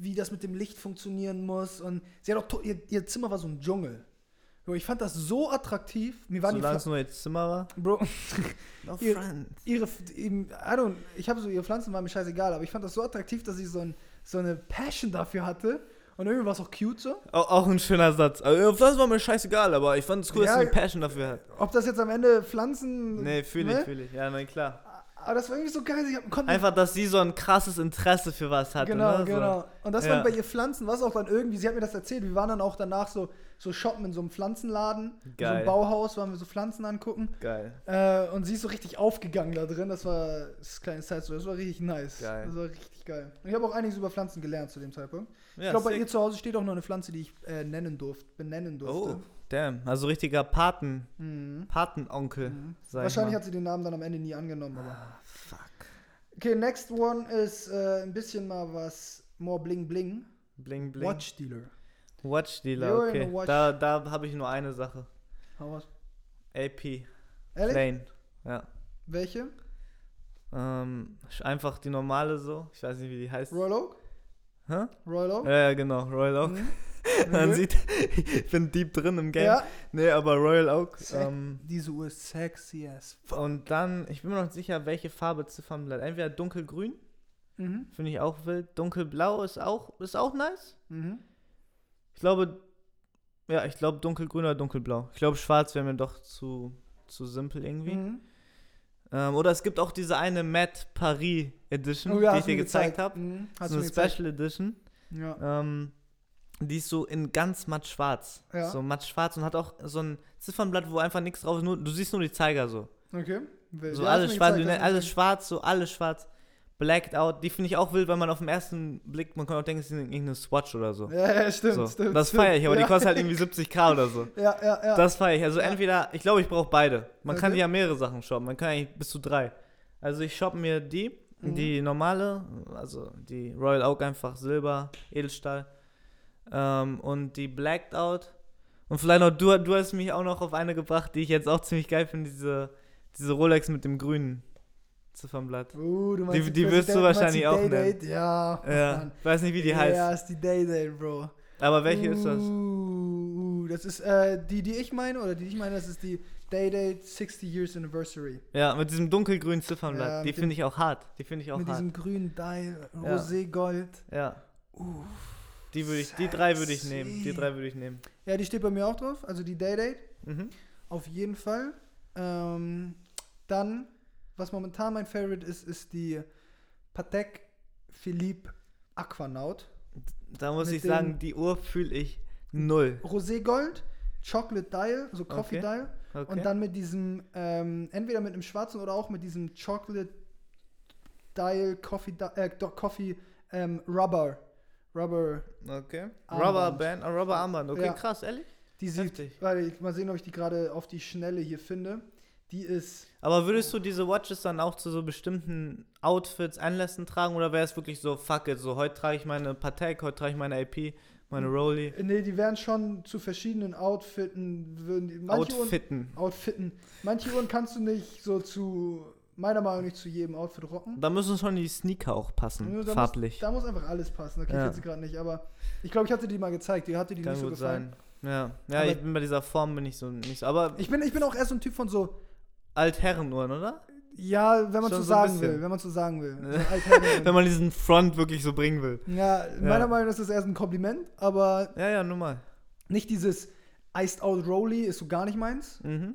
Speaker 1: wie das mit dem Licht funktionieren muss. Und sie hat auch, to- ihr, ihr Zimmer war so ein Dschungel. Bro, ich fand das so attraktiv. Mir waren
Speaker 2: Solange
Speaker 1: die
Speaker 2: es nur jetzt Zimmer war.
Speaker 1: Pflanzen. Bro,
Speaker 2: No
Speaker 1: Ihr- ihre, eben, I don't, ich habe so, ihre Pflanzen waren mir scheißegal, aber ich fand das so attraktiv, dass sie so, ein, so eine Passion dafür hatte. Und irgendwie war es auch cute so.
Speaker 2: Auch, auch ein schöner Satz. Also, Pflanzen war mir scheißegal, aber ich fand es cool, dass
Speaker 1: Ja.
Speaker 2: sie eine Passion dafür hat.
Speaker 1: Ob das jetzt am Ende Pflanzen. ne?
Speaker 2: Nee, fühle ich, fühle ich. Ja, nein, klar.
Speaker 1: Aber das war irgendwie so geil. Ich hab- konnte
Speaker 2: Einfach, dass sie so ein krasses Interesse für was hatte.
Speaker 1: Genau,
Speaker 2: ne?
Speaker 1: genau.
Speaker 2: So.
Speaker 1: Und das
Speaker 2: Ja.
Speaker 1: waren bei ihr Pflanzen, was auch dann irgendwie, sie hat mir das erzählt, wir waren dann auch danach so, so shoppen in so einem Pflanzenladen, in so
Speaker 2: Geil.
Speaker 1: einem Bauhaus, waren wir so Pflanzen angucken.
Speaker 2: Geil.
Speaker 1: Äh, und sie ist so richtig aufgegangen da drin, das war das kleine Zeitstück, das war richtig nice.
Speaker 2: Geil.
Speaker 1: Das war richtig geil. Und ich habe auch einiges über Pflanzen gelernt zu dem Zeitpunkt.
Speaker 2: Ja,
Speaker 1: ich glaube, bei
Speaker 2: sick.
Speaker 1: ihr zu Hause steht auch noch eine Pflanze, die ich äh, nennen durfte, benennen
Speaker 2: Oh,
Speaker 1: durfte.
Speaker 2: damn. Also richtiger Paten,
Speaker 1: Mhm.
Speaker 2: Patenonkel. Sag ich
Speaker 1: Wahrscheinlich
Speaker 2: mal.
Speaker 1: hat sie den Namen dann am Ende nie angenommen, aber.
Speaker 2: Fuck.
Speaker 1: Okay, next one ist äh, ein bisschen mal was more bling bling.
Speaker 2: Bling, bling. Watch,
Speaker 1: Watch Dealer.
Speaker 2: Dealer,
Speaker 1: You're in
Speaker 2: okay.
Speaker 1: a watch-
Speaker 2: Da, da habe ich nur eine Sache.
Speaker 1: Hau was.
Speaker 2: AP.
Speaker 1: Ehrlich?
Speaker 2: Plain. Ja.
Speaker 1: Welche?
Speaker 2: Ähm, sch- einfach die normale so. Ich weiß nicht, wie die heißt.
Speaker 1: Royal Oak?
Speaker 2: Hä?
Speaker 1: Royal Oak?
Speaker 2: Ja, ja, genau. Royal Oak.
Speaker 1: Mhm.
Speaker 2: Man
Speaker 1: Nö.
Speaker 2: sieht, ich bin deep drin im Game.
Speaker 1: Ja.
Speaker 2: Nee, aber Royal Oak.
Speaker 1: Sick.
Speaker 2: Ähm,
Speaker 1: Diese Uhr ist sexy as f-
Speaker 2: und dann, ich bin mir noch nicht sicher, welche Farbe Ziffernblatt. Entweder dunkelgrün,
Speaker 1: Mhm.
Speaker 2: finde ich auch wild. Dunkelblau ist auch, ist auch nice.
Speaker 1: Mhm.
Speaker 2: Ich glaube, ja, ich glaube dunkelgrün oder dunkelblau. Ich glaube, schwarz wäre mir doch zu, zu simpel irgendwie.
Speaker 1: Mhm.
Speaker 2: Ähm, oder es gibt auch diese eine Matte Paris Edition,
Speaker 1: Oh ja,
Speaker 2: die ich
Speaker 1: hast du
Speaker 2: dir
Speaker 1: mir
Speaker 2: gezeigt habe.
Speaker 1: Mhm.
Speaker 2: Das
Speaker 1: Hast
Speaker 2: ist
Speaker 1: du
Speaker 2: eine
Speaker 1: mir gezeigt.
Speaker 2: Special Edition.
Speaker 1: Ja.
Speaker 2: Ähm, die ist so in ganz matt schwarz.
Speaker 1: Ja.
Speaker 2: So matt schwarz und hat auch so ein Ziffernblatt, wo einfach nichts drauf ist. Nur, du siehst nur die Zeiger so.
Speaker 1: Okay. Wild.
Speaker 2: So
Speaker 1: Ja, hast du
Speaker 2: alles
Speaker 1: mir
Speaker 2: schwarz,
Speaker 1: gezeigt,
Speaker 2: Lunetten,
Speaker 1: hast du mir
Speaker 2: alles schwarz, so alles schwarz. Blacked out. Die finde ich auch wild, weil man auf den ersten Blick, man kann auch denken, es ist irgendeine Swatch oder so.
Speaker 1: gezeigt. Ja, ja, stimmt,
Speaker 2: so.
Speaker 1: stimmt.
Speaker 2: das
Speaker 1: stimmt.
Speaker 2: feiere ich, aber
Speaker 1: ja.
Speaker 2: die kostet halt irgendwie 70k oder so.
Speaker 1: Ja, ja, ja.
Speaker 2: Das feiere ich. Also
Speaker 1: Ja.
Speaker 2: entweder, ich glaube, ich brauche beide. Man kann
Speaker 1: Okay.
Speaker 2: ja mehrere Sachen shoppen. Man kann eigentlich bis zu drei. Also ich shoppe mir die,
Speaker 1: Mhm.
Speaker 2: die normale, also die Royal Oak einfach Silber, Edelstahl ähm, und die Blacked Out. Und vielleicht noch, du, du hast mich auch noch auf eine gebracht, die ich jetzt auch ziemlich geil finde, diese, diese Rolex mit dem grünen Ziffernblatt.
Speaker 1: Uh, du meinst
Speaker 2: Die- die wirst du
Speaker 1: Präsident- meinst
Speaker 2: wahrscheinlich
Speaker 1: die
Speaker 2: auch
Speaker 1: Day-Date? Ja.
Speaker 2: Ja,
Speaker 1: Oh Mann.
Speaker 2: weiß nicht, wie die
Speaker 1: Ja, Mm.
Speaker 2: heißt.
Speaker 1: ist die Day-Date, Bro.
Speaker 2: Aber welche ist das?
Speaker 1: Uh, uh, das ist äh, die, die ich meine, oder die ich meine, das ist die Day-Date 60 Years Anniversary.
Speaker 2: Ja, mit diesem dunkelgrünen Ziffernblatt.
Speaker 1: Ja,
Speaker 2: die
Speaker 1: mit dem-
Speaker 2: finde ich auch hart. Die finde ich auch
Speaker 1: Mit
Speaker 2: hart.
Speaker 1: diesem grünen Dial,
Speaker 2: halt. Ja.
Speaker 1: Roségold.
Speaker 2: Ja. Die würde ich, die drei würde ich nehmen. Die
Speaker 1: sexy.
Speaker 2: drei würde ich nehmen.
Speaker 1: Ja, die steht bei mir auch drauf, also die Day-Date.
Speaker 2: Mhm.
Speaker 1: Auf jeden Fall. Ähm, dann, was momentan mein Favorite ist, ist die Patek Philippe Aquanaut.
Speaker 2: Da muss
Speaker 1: Mit
Speaker 2: ich sagen,
Speaker 1: dem-
Speaker 2: die Uhr fühle ich null.
Speaker 1: Roségold, Chocolate Dial, so Coffee
Speaker 2: Okay.
Speaker 1: Dial.
Speaker 2: Okay.
Speaker 1: Und dann mit diesem, ähm, entweder mit einem schwarzen oder auch mit diesem Chocolate Dial Coffee, Di- äh, Do- Coffee ähm, Rubber. Rubber.
Speaker 2: okay.
Speaker 1: Armband.
Speaker 2: Rubberband, äh, Rubberarmband. Okay,
Speaker 1: Ja.
Speaker 2: krass, ehrlich.
Speaker 1: Die sieht,
Speaker 2: Heftig.
Speaker 1: warte, ich, mal sehen, ob ich die gerade auf die Schnelle hier finde. Die ist,
Speaker 2: Aber würdest du diese Watches dann auch zu so bestimmten Outfits, Anlässen tragen oder wäre es wirklich so, fuck it, so heute trage ich meine Patek, heute trage ich meine AP,
Speaker 1: Hm.
Speaker 2: meine Rolly.
Speaker 1: nee, die werden schon zu verschiedenen Outfitten, würden die, manche Uhren,
Speaker 2: Outfitten.
Speaker 1: Outfitten. Manche Uhren kannst du nicht so zu, meiner Meinung nach, nicht zu jedem Outfit rocken.
Speaker 2: Da müssen schon die Sneaker auch passen,
Speaker 1: Nur da Muss,
Speaker 2: farblich.
Speaker 1: da muss einfach alles passen. Okay,
Speaker 2: Ja.
Speaker 1: ich hätte sie gerade nicht, aber ich glaube, ich hatte die mal gezeigt. Die hatte die
Speaker 2: Kann
Speaker 1: nicht so
Speaker 2: gut
Speaker 1: gefallen.
Speaker 2: sein. Ja, ja
Speaker 1: Aber-
Speaker 2: ich bin bei dieser Form bin ich so nicht so. Aber
Speaker 1: Ich bin, ich bin auch eher so ein Typ von so,
Speaker 2: Altherrenuhren, oder?
Speaker 1: ja, wenn man
Speaker 2: Schon
Speaker 1: so
Speaker 2: so ein
Speaker 1: sagen
Speaker 2: bisschen.
Speaker 1: will, wenn man so sagen will. So
Speaker 2: Wenn
Speaker 1: Altherren.
Speaker 2: man diesen Front wirklich so bringen will.
Speaker 1: ja, meiner Meinung nach ist das erst ein Kompliment, aber
Speaker 2: Ja, ja, nur mal.
Speaker 1: nicht dieses Iced Out Rolly ist so gar nicht meins.
Speaker 2: Mhm.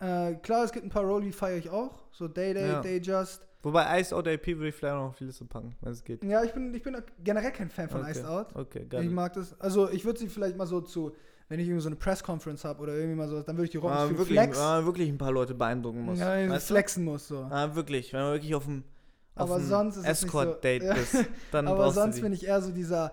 Speaker 1: Äh, klar, es gibt ein paar Rolly, feiere ich auch. So Day Day,
Speaker 2: Ja.
Speaker 1: Day Just.
Speaker 2: Wobei Ice Out AP würde ich vielleicht auch noch auf die Liste packen, wenn es geht.
Speaker 1: Ja, ich bin, ich bin generell kein Fan von
Speaker 2: okay.
Speaker 1: Iced Out.
Speaker 2: Okay,
Speaker 1: Ich
Speaker 2: geil.
Speaker 1: mag das. Also ich würde sie vielleicht mal so zu, wenn ich irgendwie so eine Press-Conference habe oder irgendwie mal sowas, dann würde ich die Rocken
Speaker 2: Ah,
Speaker 1: für
Speaker 2: wirklich,
Speaker 1: Flex.
Speaker 2: ah, wirklich ein paar Leute beeindrucken muss.
Speaker 1: ja,
Speaker 2: weißt du?
Speaker 1: flexen muss so.
Speaker 2: Ah, wirklich, wenn du wirklich auf dem, auf
Speaker 1: Aber
Speaker 2: dem
Speaker 1: sonst ist es nicht so-
Speaker 2: Escort-Date
Speaker 1: Ja.
Speaker 2: bist, dann
Speaker 1: Aber
Speaker 2: brauchst
Speaker 1: sonst
Speaker 2: du
Speaker 1: bin
Speaker 2: die.
Speaker 1: ich eher so dieser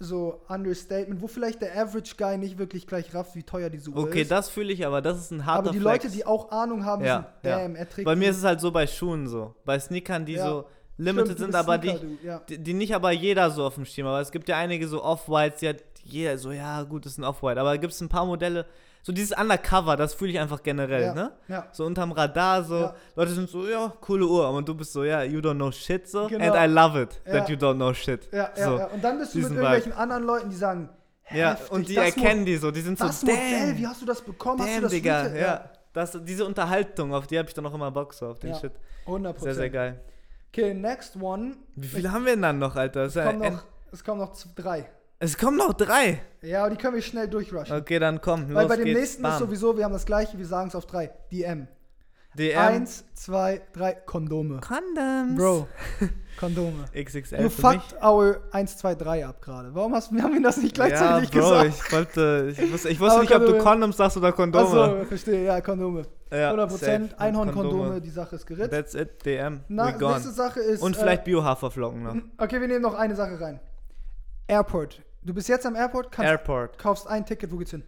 Speaker 1: so Understatement, wo vielleicht der Average Guy nicht wirklich gleich rafft, wie teuer diese Uhr
Speaker 2: Okay,
Speaker 1: ist.
Speaker 2: das fühle ich, aber das ist ein harter
Speaker 1: aber die
Speaker 2: Flex.
Speaker 1: Leute, die auch Ahnung haben,
Speaker 2: Ja,
Speaker 1: sind,
Speaker 2: ja.
Speaker 1: damn, er trägt
Speaker 2: Bei mir
Speaker 1: die-
Speaker 2: ist es halt so bei Schuhen so. Bei Sneakern, die
Speaker 1: Ja.
Speaker 2: so
Speaker 1: Stimmt,
Speaker 2: limited
Speaker 1: du
Speaker 2: sind,
Speaker 1: bist
Speaker 2: aber
Speaker 1: Sneaker,
Speaker 2: die,
Speaker 1: du, ja.
Speaker 2: die, die nicht aber jeder so auf dem Schirm, aber es gibt ja einige so Off-Whites, die hat jeder so, ja gut, das ist ein Off-White, aber gibt es ein paar Modelle, so dieses Undercover, das fühle ich einfach generell,
Speaker 1: ja,
Speaker 2: ne?
Speaker 1: Ja.
Speaker 2: So unterm Radar, so,
Speaker 1: Ja.
Speaker 2: Leute sind so, ja, coole Uhr, aber du bist so, ja, you don't know shit, so,
Speaker 1: Genau.
Speaker 2: and I love it,
Speaker 1: Ja.
Speaker 2: that you don't know shit.
Speaker 1: Ja, ja,
Speaker 2: so.
Speaker 1: ja. Und dann bist du mit
Speaker 2: diesen
Speaker 1: irgendwelchen anderen Leuten, die sagen,
Speaker 2: Ja,
Speaker 1: heftig,
Speaker 2: und die
Speaker 1: das Mo-
Speaker 2: erkennen die so, die sind so,
Speaker 1: das Modell,
Speaker 2: damn,
Speaker 1: wie hast du das bekommen? hast du
Speaker 2: damn,
Speaker 1: das
Speaker 2: Digga,
Speaker 1: Retail-
Speaker 2: ja. Das, diese Unterhaltung, auf die habe ich dann auch immer Bock, so, auf den
Speaker 1: Ja,
Speaker 2: Shit.
Speaker 1: 100%.
Speaker 2: Sehr, sehr geil.
Speaker 1: Okay, next one.
Speaker 2: Wie viele haben wir denn dann noch, Alter? Das ist ja
Speaker 1: Kommen
Speaker 2: ein-
Speaker 1: noch, es kommen noch z- drei.
Speaker 2: es kommen noch drei.
Speaker 1: Ja, aber die können wir schnell durchrushen.
Speaker 2: Okay, dann komm,
Speaker 1: Weil
Speaker 2: Also, los
Speaker 1: bei dem
Speaker 2: geht's.
Speaker 1: nächsten
Speaker 2: Bam.
Speaker 1: ist sowieso, wir haben das gleiche, wir sagen es auf drei. DM.
Speaker 2: DM.
Speaker 1: Eins, zwei, drei, Kondome.
Speaker 3: Condoms.
Speaker 1: Bro, Kondome.
Speaker 2: XXL
Speaker 1: You
Speaker 2: Äh, für
Speaker 1: fucked our 1, 2, 3 ab gerade. Warum hast, wir haben wir das nicht
Speaker 2: mich. Ja,
Speaker 1: gleichzeitig
Speaker 2: Bro,
Speaker 1: gesagt?
Speaker 2: ich wollte, ich wusste, ich
Speaker 1: Aber
Speaker 2: wusste nicht, ob du
Speaker 1: Kondome.
Speaker 2: Condoms sagst oder Kondome.
Speaker 1: Achso, verstehe, ja, Kondome.
Speaker 2: Ja,
Speaker 1: 100%
Speaker 2: safe.
Speaker 1: Einhornkondome, die Sache ist geritzt.
Speaker 2: That's it, DM,
Speaker 1: Na,
Speaker 2: we gone.
Speaker 1: nächste Sache ist.
Speaker 2: Und vielleicht Bio-Haferflocken noch.
Speaker 1: Äh, okay, wir nehmen noch eine Sache rein. Airport. Du bist jetzt am Airport, kannst,
Speaker 2: Airport.
Speaker 1: kaufst ein Ticket, wo geht's hin?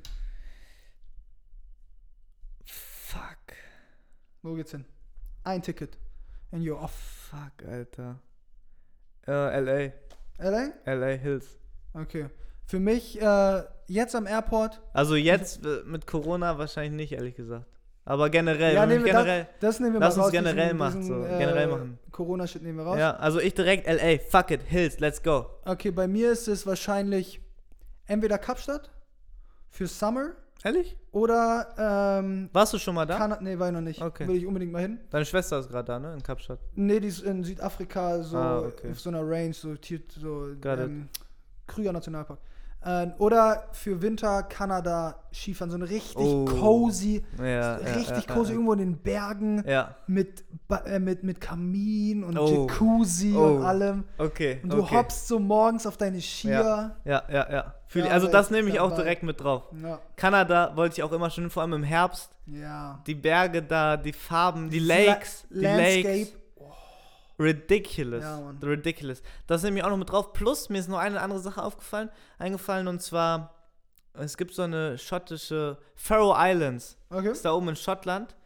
Speaker 2: Fuck.
Speaker 1: Wo geht's hin? Ein Ticket. And you're oh, off.
Speaker 2: Fuck, Alter. Äh,
Speaker 1: LA?
Speaker 2: LA. LA Hills.
Speaker 1: Okay. Für mich, äh, jetzt am Airport.
Speaker 2: Also jetzt äh, mit Corona wahrscheinlich nicht, ehrlich gesagt. Aber generell,
Speaker 1: Ja,
Speaker 2: wenn
Speaker 1: nehmen
Speaker 2: mich
Speaker 1: wir
Speaker 2: generell.
Speaker 1: Das nehmen wir
Speaker 2: Lass
Speaker 1: mal
Speaker 2: uns
Speaker 1: raus.
Speaker 2: generell machen, so. Generell machen.
Speaker 1: äh, Corona-Shit nehmen wir raus.
Speaker 2: Ja, also ich direkt LA, fuck it, Hills, let's go.
Speaker 1: Okay, bei mir ist es wahrscheinlich entweder Kapstadt für Summer
Speaker 2: Ehrlich?
Speaker 1: oder ähm,
Speaker 2: Warst du schon mal da?
Speaker 1: Kanada. Nee, war ich noch nicht.
Speaker 2: Okay.
Speaker 1: Will ich unbedingt mal hin.
Speaker 2: Deine Schwester ist gerade da, ne? In Kapstadt.
Speaker 1: Nee, die ist in Südafrika, so
Speaker 2: Ah, okay.
Speaker 1: auf so einer Range, so, Tier- so
Speaker 2: Got it.
Speaker 1: ähm, Krüger Nationalpark. Ähm, oder für Winter Kanada Skifahren, so ein richtig
Speaker 2: Oh. Äh,
Speaker 1: cozy,
Speaker 2: Ja. ja,
Speaker 1: richtig
Speaker 2: ja,
Speaker 1: cozy
Speaker 2: ja,
Speaker 1: irgendwo in den Bergen
Speaker 2: ja.
Speaker 1: mit, Ba- äh, mit, mit Kamin und
Speaker 2: Äh. Oh.
Speaker 1: Jacuzzi
Speaker 2: Oh.
Speaker 1: und allem.
Speaker 2: Okay.
Speaker 1: Und du
Speaker 2: okay.
Speaker 1: hoppst so morgens auf deine Skier.
Speaker 2: Ja, ja, ja. ja. Fühl,
Speaker 1: Ja,
Speaker 2: also
Speaker 1: aber
Speaker 2: das
Speaker 1: ich
Speaker 2: nehme ich auch
Speaker 1: dabei.
Speaker 2: direkt mit drauf.
Speaker 1: Ja.
Speaker 2: Kanada wollte ich auch immer schon, vor allem im Herbst.
Speaker 1: ja.
Speaker 2: Die Berge da, die Farben, die Lakes, die Lakes. Ridiculous.
Speaker 1: Ja, Mann.
Speaker 2: Ridiculous. Das nehme ich auch noch mit drauf. Plus, mir ist noch eine andere Sache aufgefallen, eingefallen und zwar, es gibt so eine schottische Faroe Islands.
Speaker 1: Okay.
Speaker 2: Ist da oben in Schottland.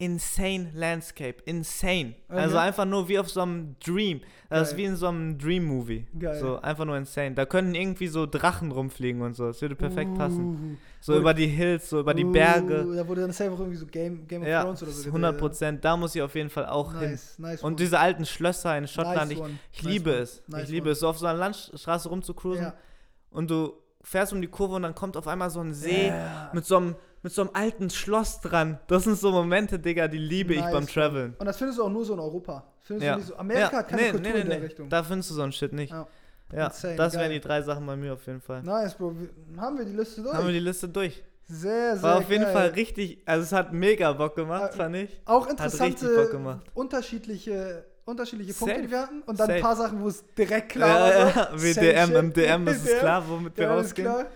Speaker 2: Insane Landscape. Insane.
Speaker 1: Okay.
Speaker 2: Also einfach nur wie auf so einem Dream. Das ist
Speaker 1: Geil.
Speaker 2: wie in so einem Dream-Movie.
Speaker 1: Geil.
Speaker 2: So einfach nur insane. Da könnten irgendwie so Drachen rumfliegen und so. Das würde perfekt passen.
Speaker 1: Uh,
Speaker 2: So
Speaker 1: Wurde-
Speaker 2: über die Hills, so über die
Speaker 1: uh,
Speaker 2: Berge.
Speaker 1: Da wurde dann safe auch irgendwie so Game, Game of
Speaker 2: Ja,
Speaker 1: Thrones oder so. gedreht,
Speaker 2: 100 Prozent. Da muss ich auf jeden Fall auch
Speaker 1: ja.
Speaker 2: hin.
Speaker 1: Nice, nice.
Speaker 2: Und diese alten Schlösser in Schottland, ich,
Speaker 1: one.
Speaker 2: ich
Speaker 1: Nice
Speaker 2: liebe
Speaker 1: one.
Speaker 2: es.
Speaker 1: Nice
Speaker 2: ich liebe
Speaker 1: one.
Speaker 2: es, so auf so einer Landstraße rumzucruisen
Speaker 1: Ja.
Speaker 2: und du fährst um die Kurve und dann kommt auf einmal so ein See
Speaker 1: Ja.
Speaker 2: mit so einem mit so einem alten Schloss dran. Das sind so Momente, Digga, die liebe ich
Speaker 1: Nice
Speaker 2: beim
Speaker 1: one.
Speaker 2: Traveln.
Speaker 1: Und das findest du auch nur so in Europa. Findest
Speaker 2: Ja.
Speaker 1: du nicht so. Amerika
Speaker 2: ja.
Speaker 1: hat keine Kultur in der Richtung.
Speaker 2: Da findest du so einen Shit nicht. Ja,
Speaker 1: Ja. Insane,
Speaker 2: das wären
Speaker 1: geil.
Speaker 2: die drei Sachen bei mir auf jeden Fall.
Speaker 1: nice, Bro. Wir- Haben wir die Liste durch?
Speaker 2: Haben wir die Liste durch.
Speaker 1: sehr, sehr
Speaker 2: War auf jeden
Speaker 1: geil.
Speaker 2: Fall richtig, also es hat mega Bock gemacht,
Speaker 1: Ah,
Speaker 2: fand ich.
Speaker 1: Auch
Speaker 2: richtig Bock
Speaker 1: interessante,
Speaker 2: gemacht.
Speaker 1: unterschiedliche, unterschiedliche Punkte,
Speaker 2: Safe.
Speaker 1: die wir hatten. Und dann ein
Speaker 2: Safe.
Speaker 1: paar Sachen, wo es direkt klar war.
Speaker 2: Ja,
Speaker 1: so,
Speaker 2: ja,
Speaker 1: same
Speaker 2: WDM,
Speaker 1: shit.
Speaker 2: im DM ist es
Speaker 1: WDM.
Speaker 2: klar, womit wir
Speaker 1: Ja, alles
Speaker 2: rausgehen.
Speaker 1: klar.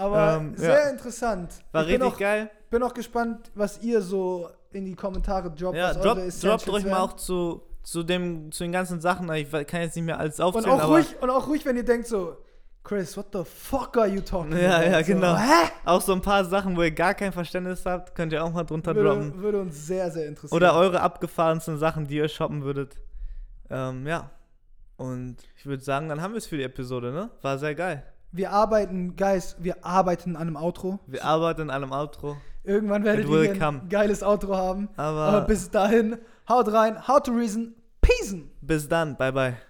Speaker 1: Aber
Speaker 2: Ähm, ja.
Speaker 1: sehr interessant.
Speaker 2: War
Speaker 1: ich bin
Speaker 2: richtig
Speaker 1: auch,
Speaker 2: geil.
Speaker 1: bin auch gespannt, was ihr so in die Kommentare droppt.
Speaker 2: Ja,
Speaker 1: was eure
Speaker 2: drop,
Speaker 1: Essentials
Speaker 2: droppt ruhig mal
Speaker 1: wären.
Speaker 2: auch zu, zu, dem, zu den ganzen Sachen. Ich we- kann jetzt nicht mehr alles aufzählen,
Speaker 1: Und auch,
Speaker 2: aber
Speaker 1: ruhig, und auch ruhig, wenn ihr denkt so, Chris, what the fuck are you talking
Speaker 2: Ja,
Speaker 1: about?
Speaker 2: ja,
Speaker 1: so,
Speaker 2: genau.
Speaker 1: Hä?
Speaker 2: auch so ein paar Sachen, wo ihr gar kein Verständnis habt, könnt ihr auch mal drunter droppen.
Speaker 1: Würde, würde uns sehr, sehr interessieren.
Speaker 2: Oder eure abgefahrensten Sachen, die ihr shoppen würdet. Ähm, ja. Und ich würde sagen, dann haben wir es für die Episode, ne? War sehr geil.
Speaker 1: wir arbeiten, Guys, wir arbeiten an einem Outro.
Speaker 2: Wir arbeiten an einem Outro.
Speaker 1: Irgendwann werdet
Speaker 2: It
Speaker 1: ihr
Speaker 2: will
Speaker 1: hier
Speaker 2: come.
Speaker 1: ein geiles Outro haben.
Speaker 2: Aber-
Speaker 1: Aber bis dahin, haut rein, how to reason, peace.
Speaker 2: Bis dann. Bye, bye.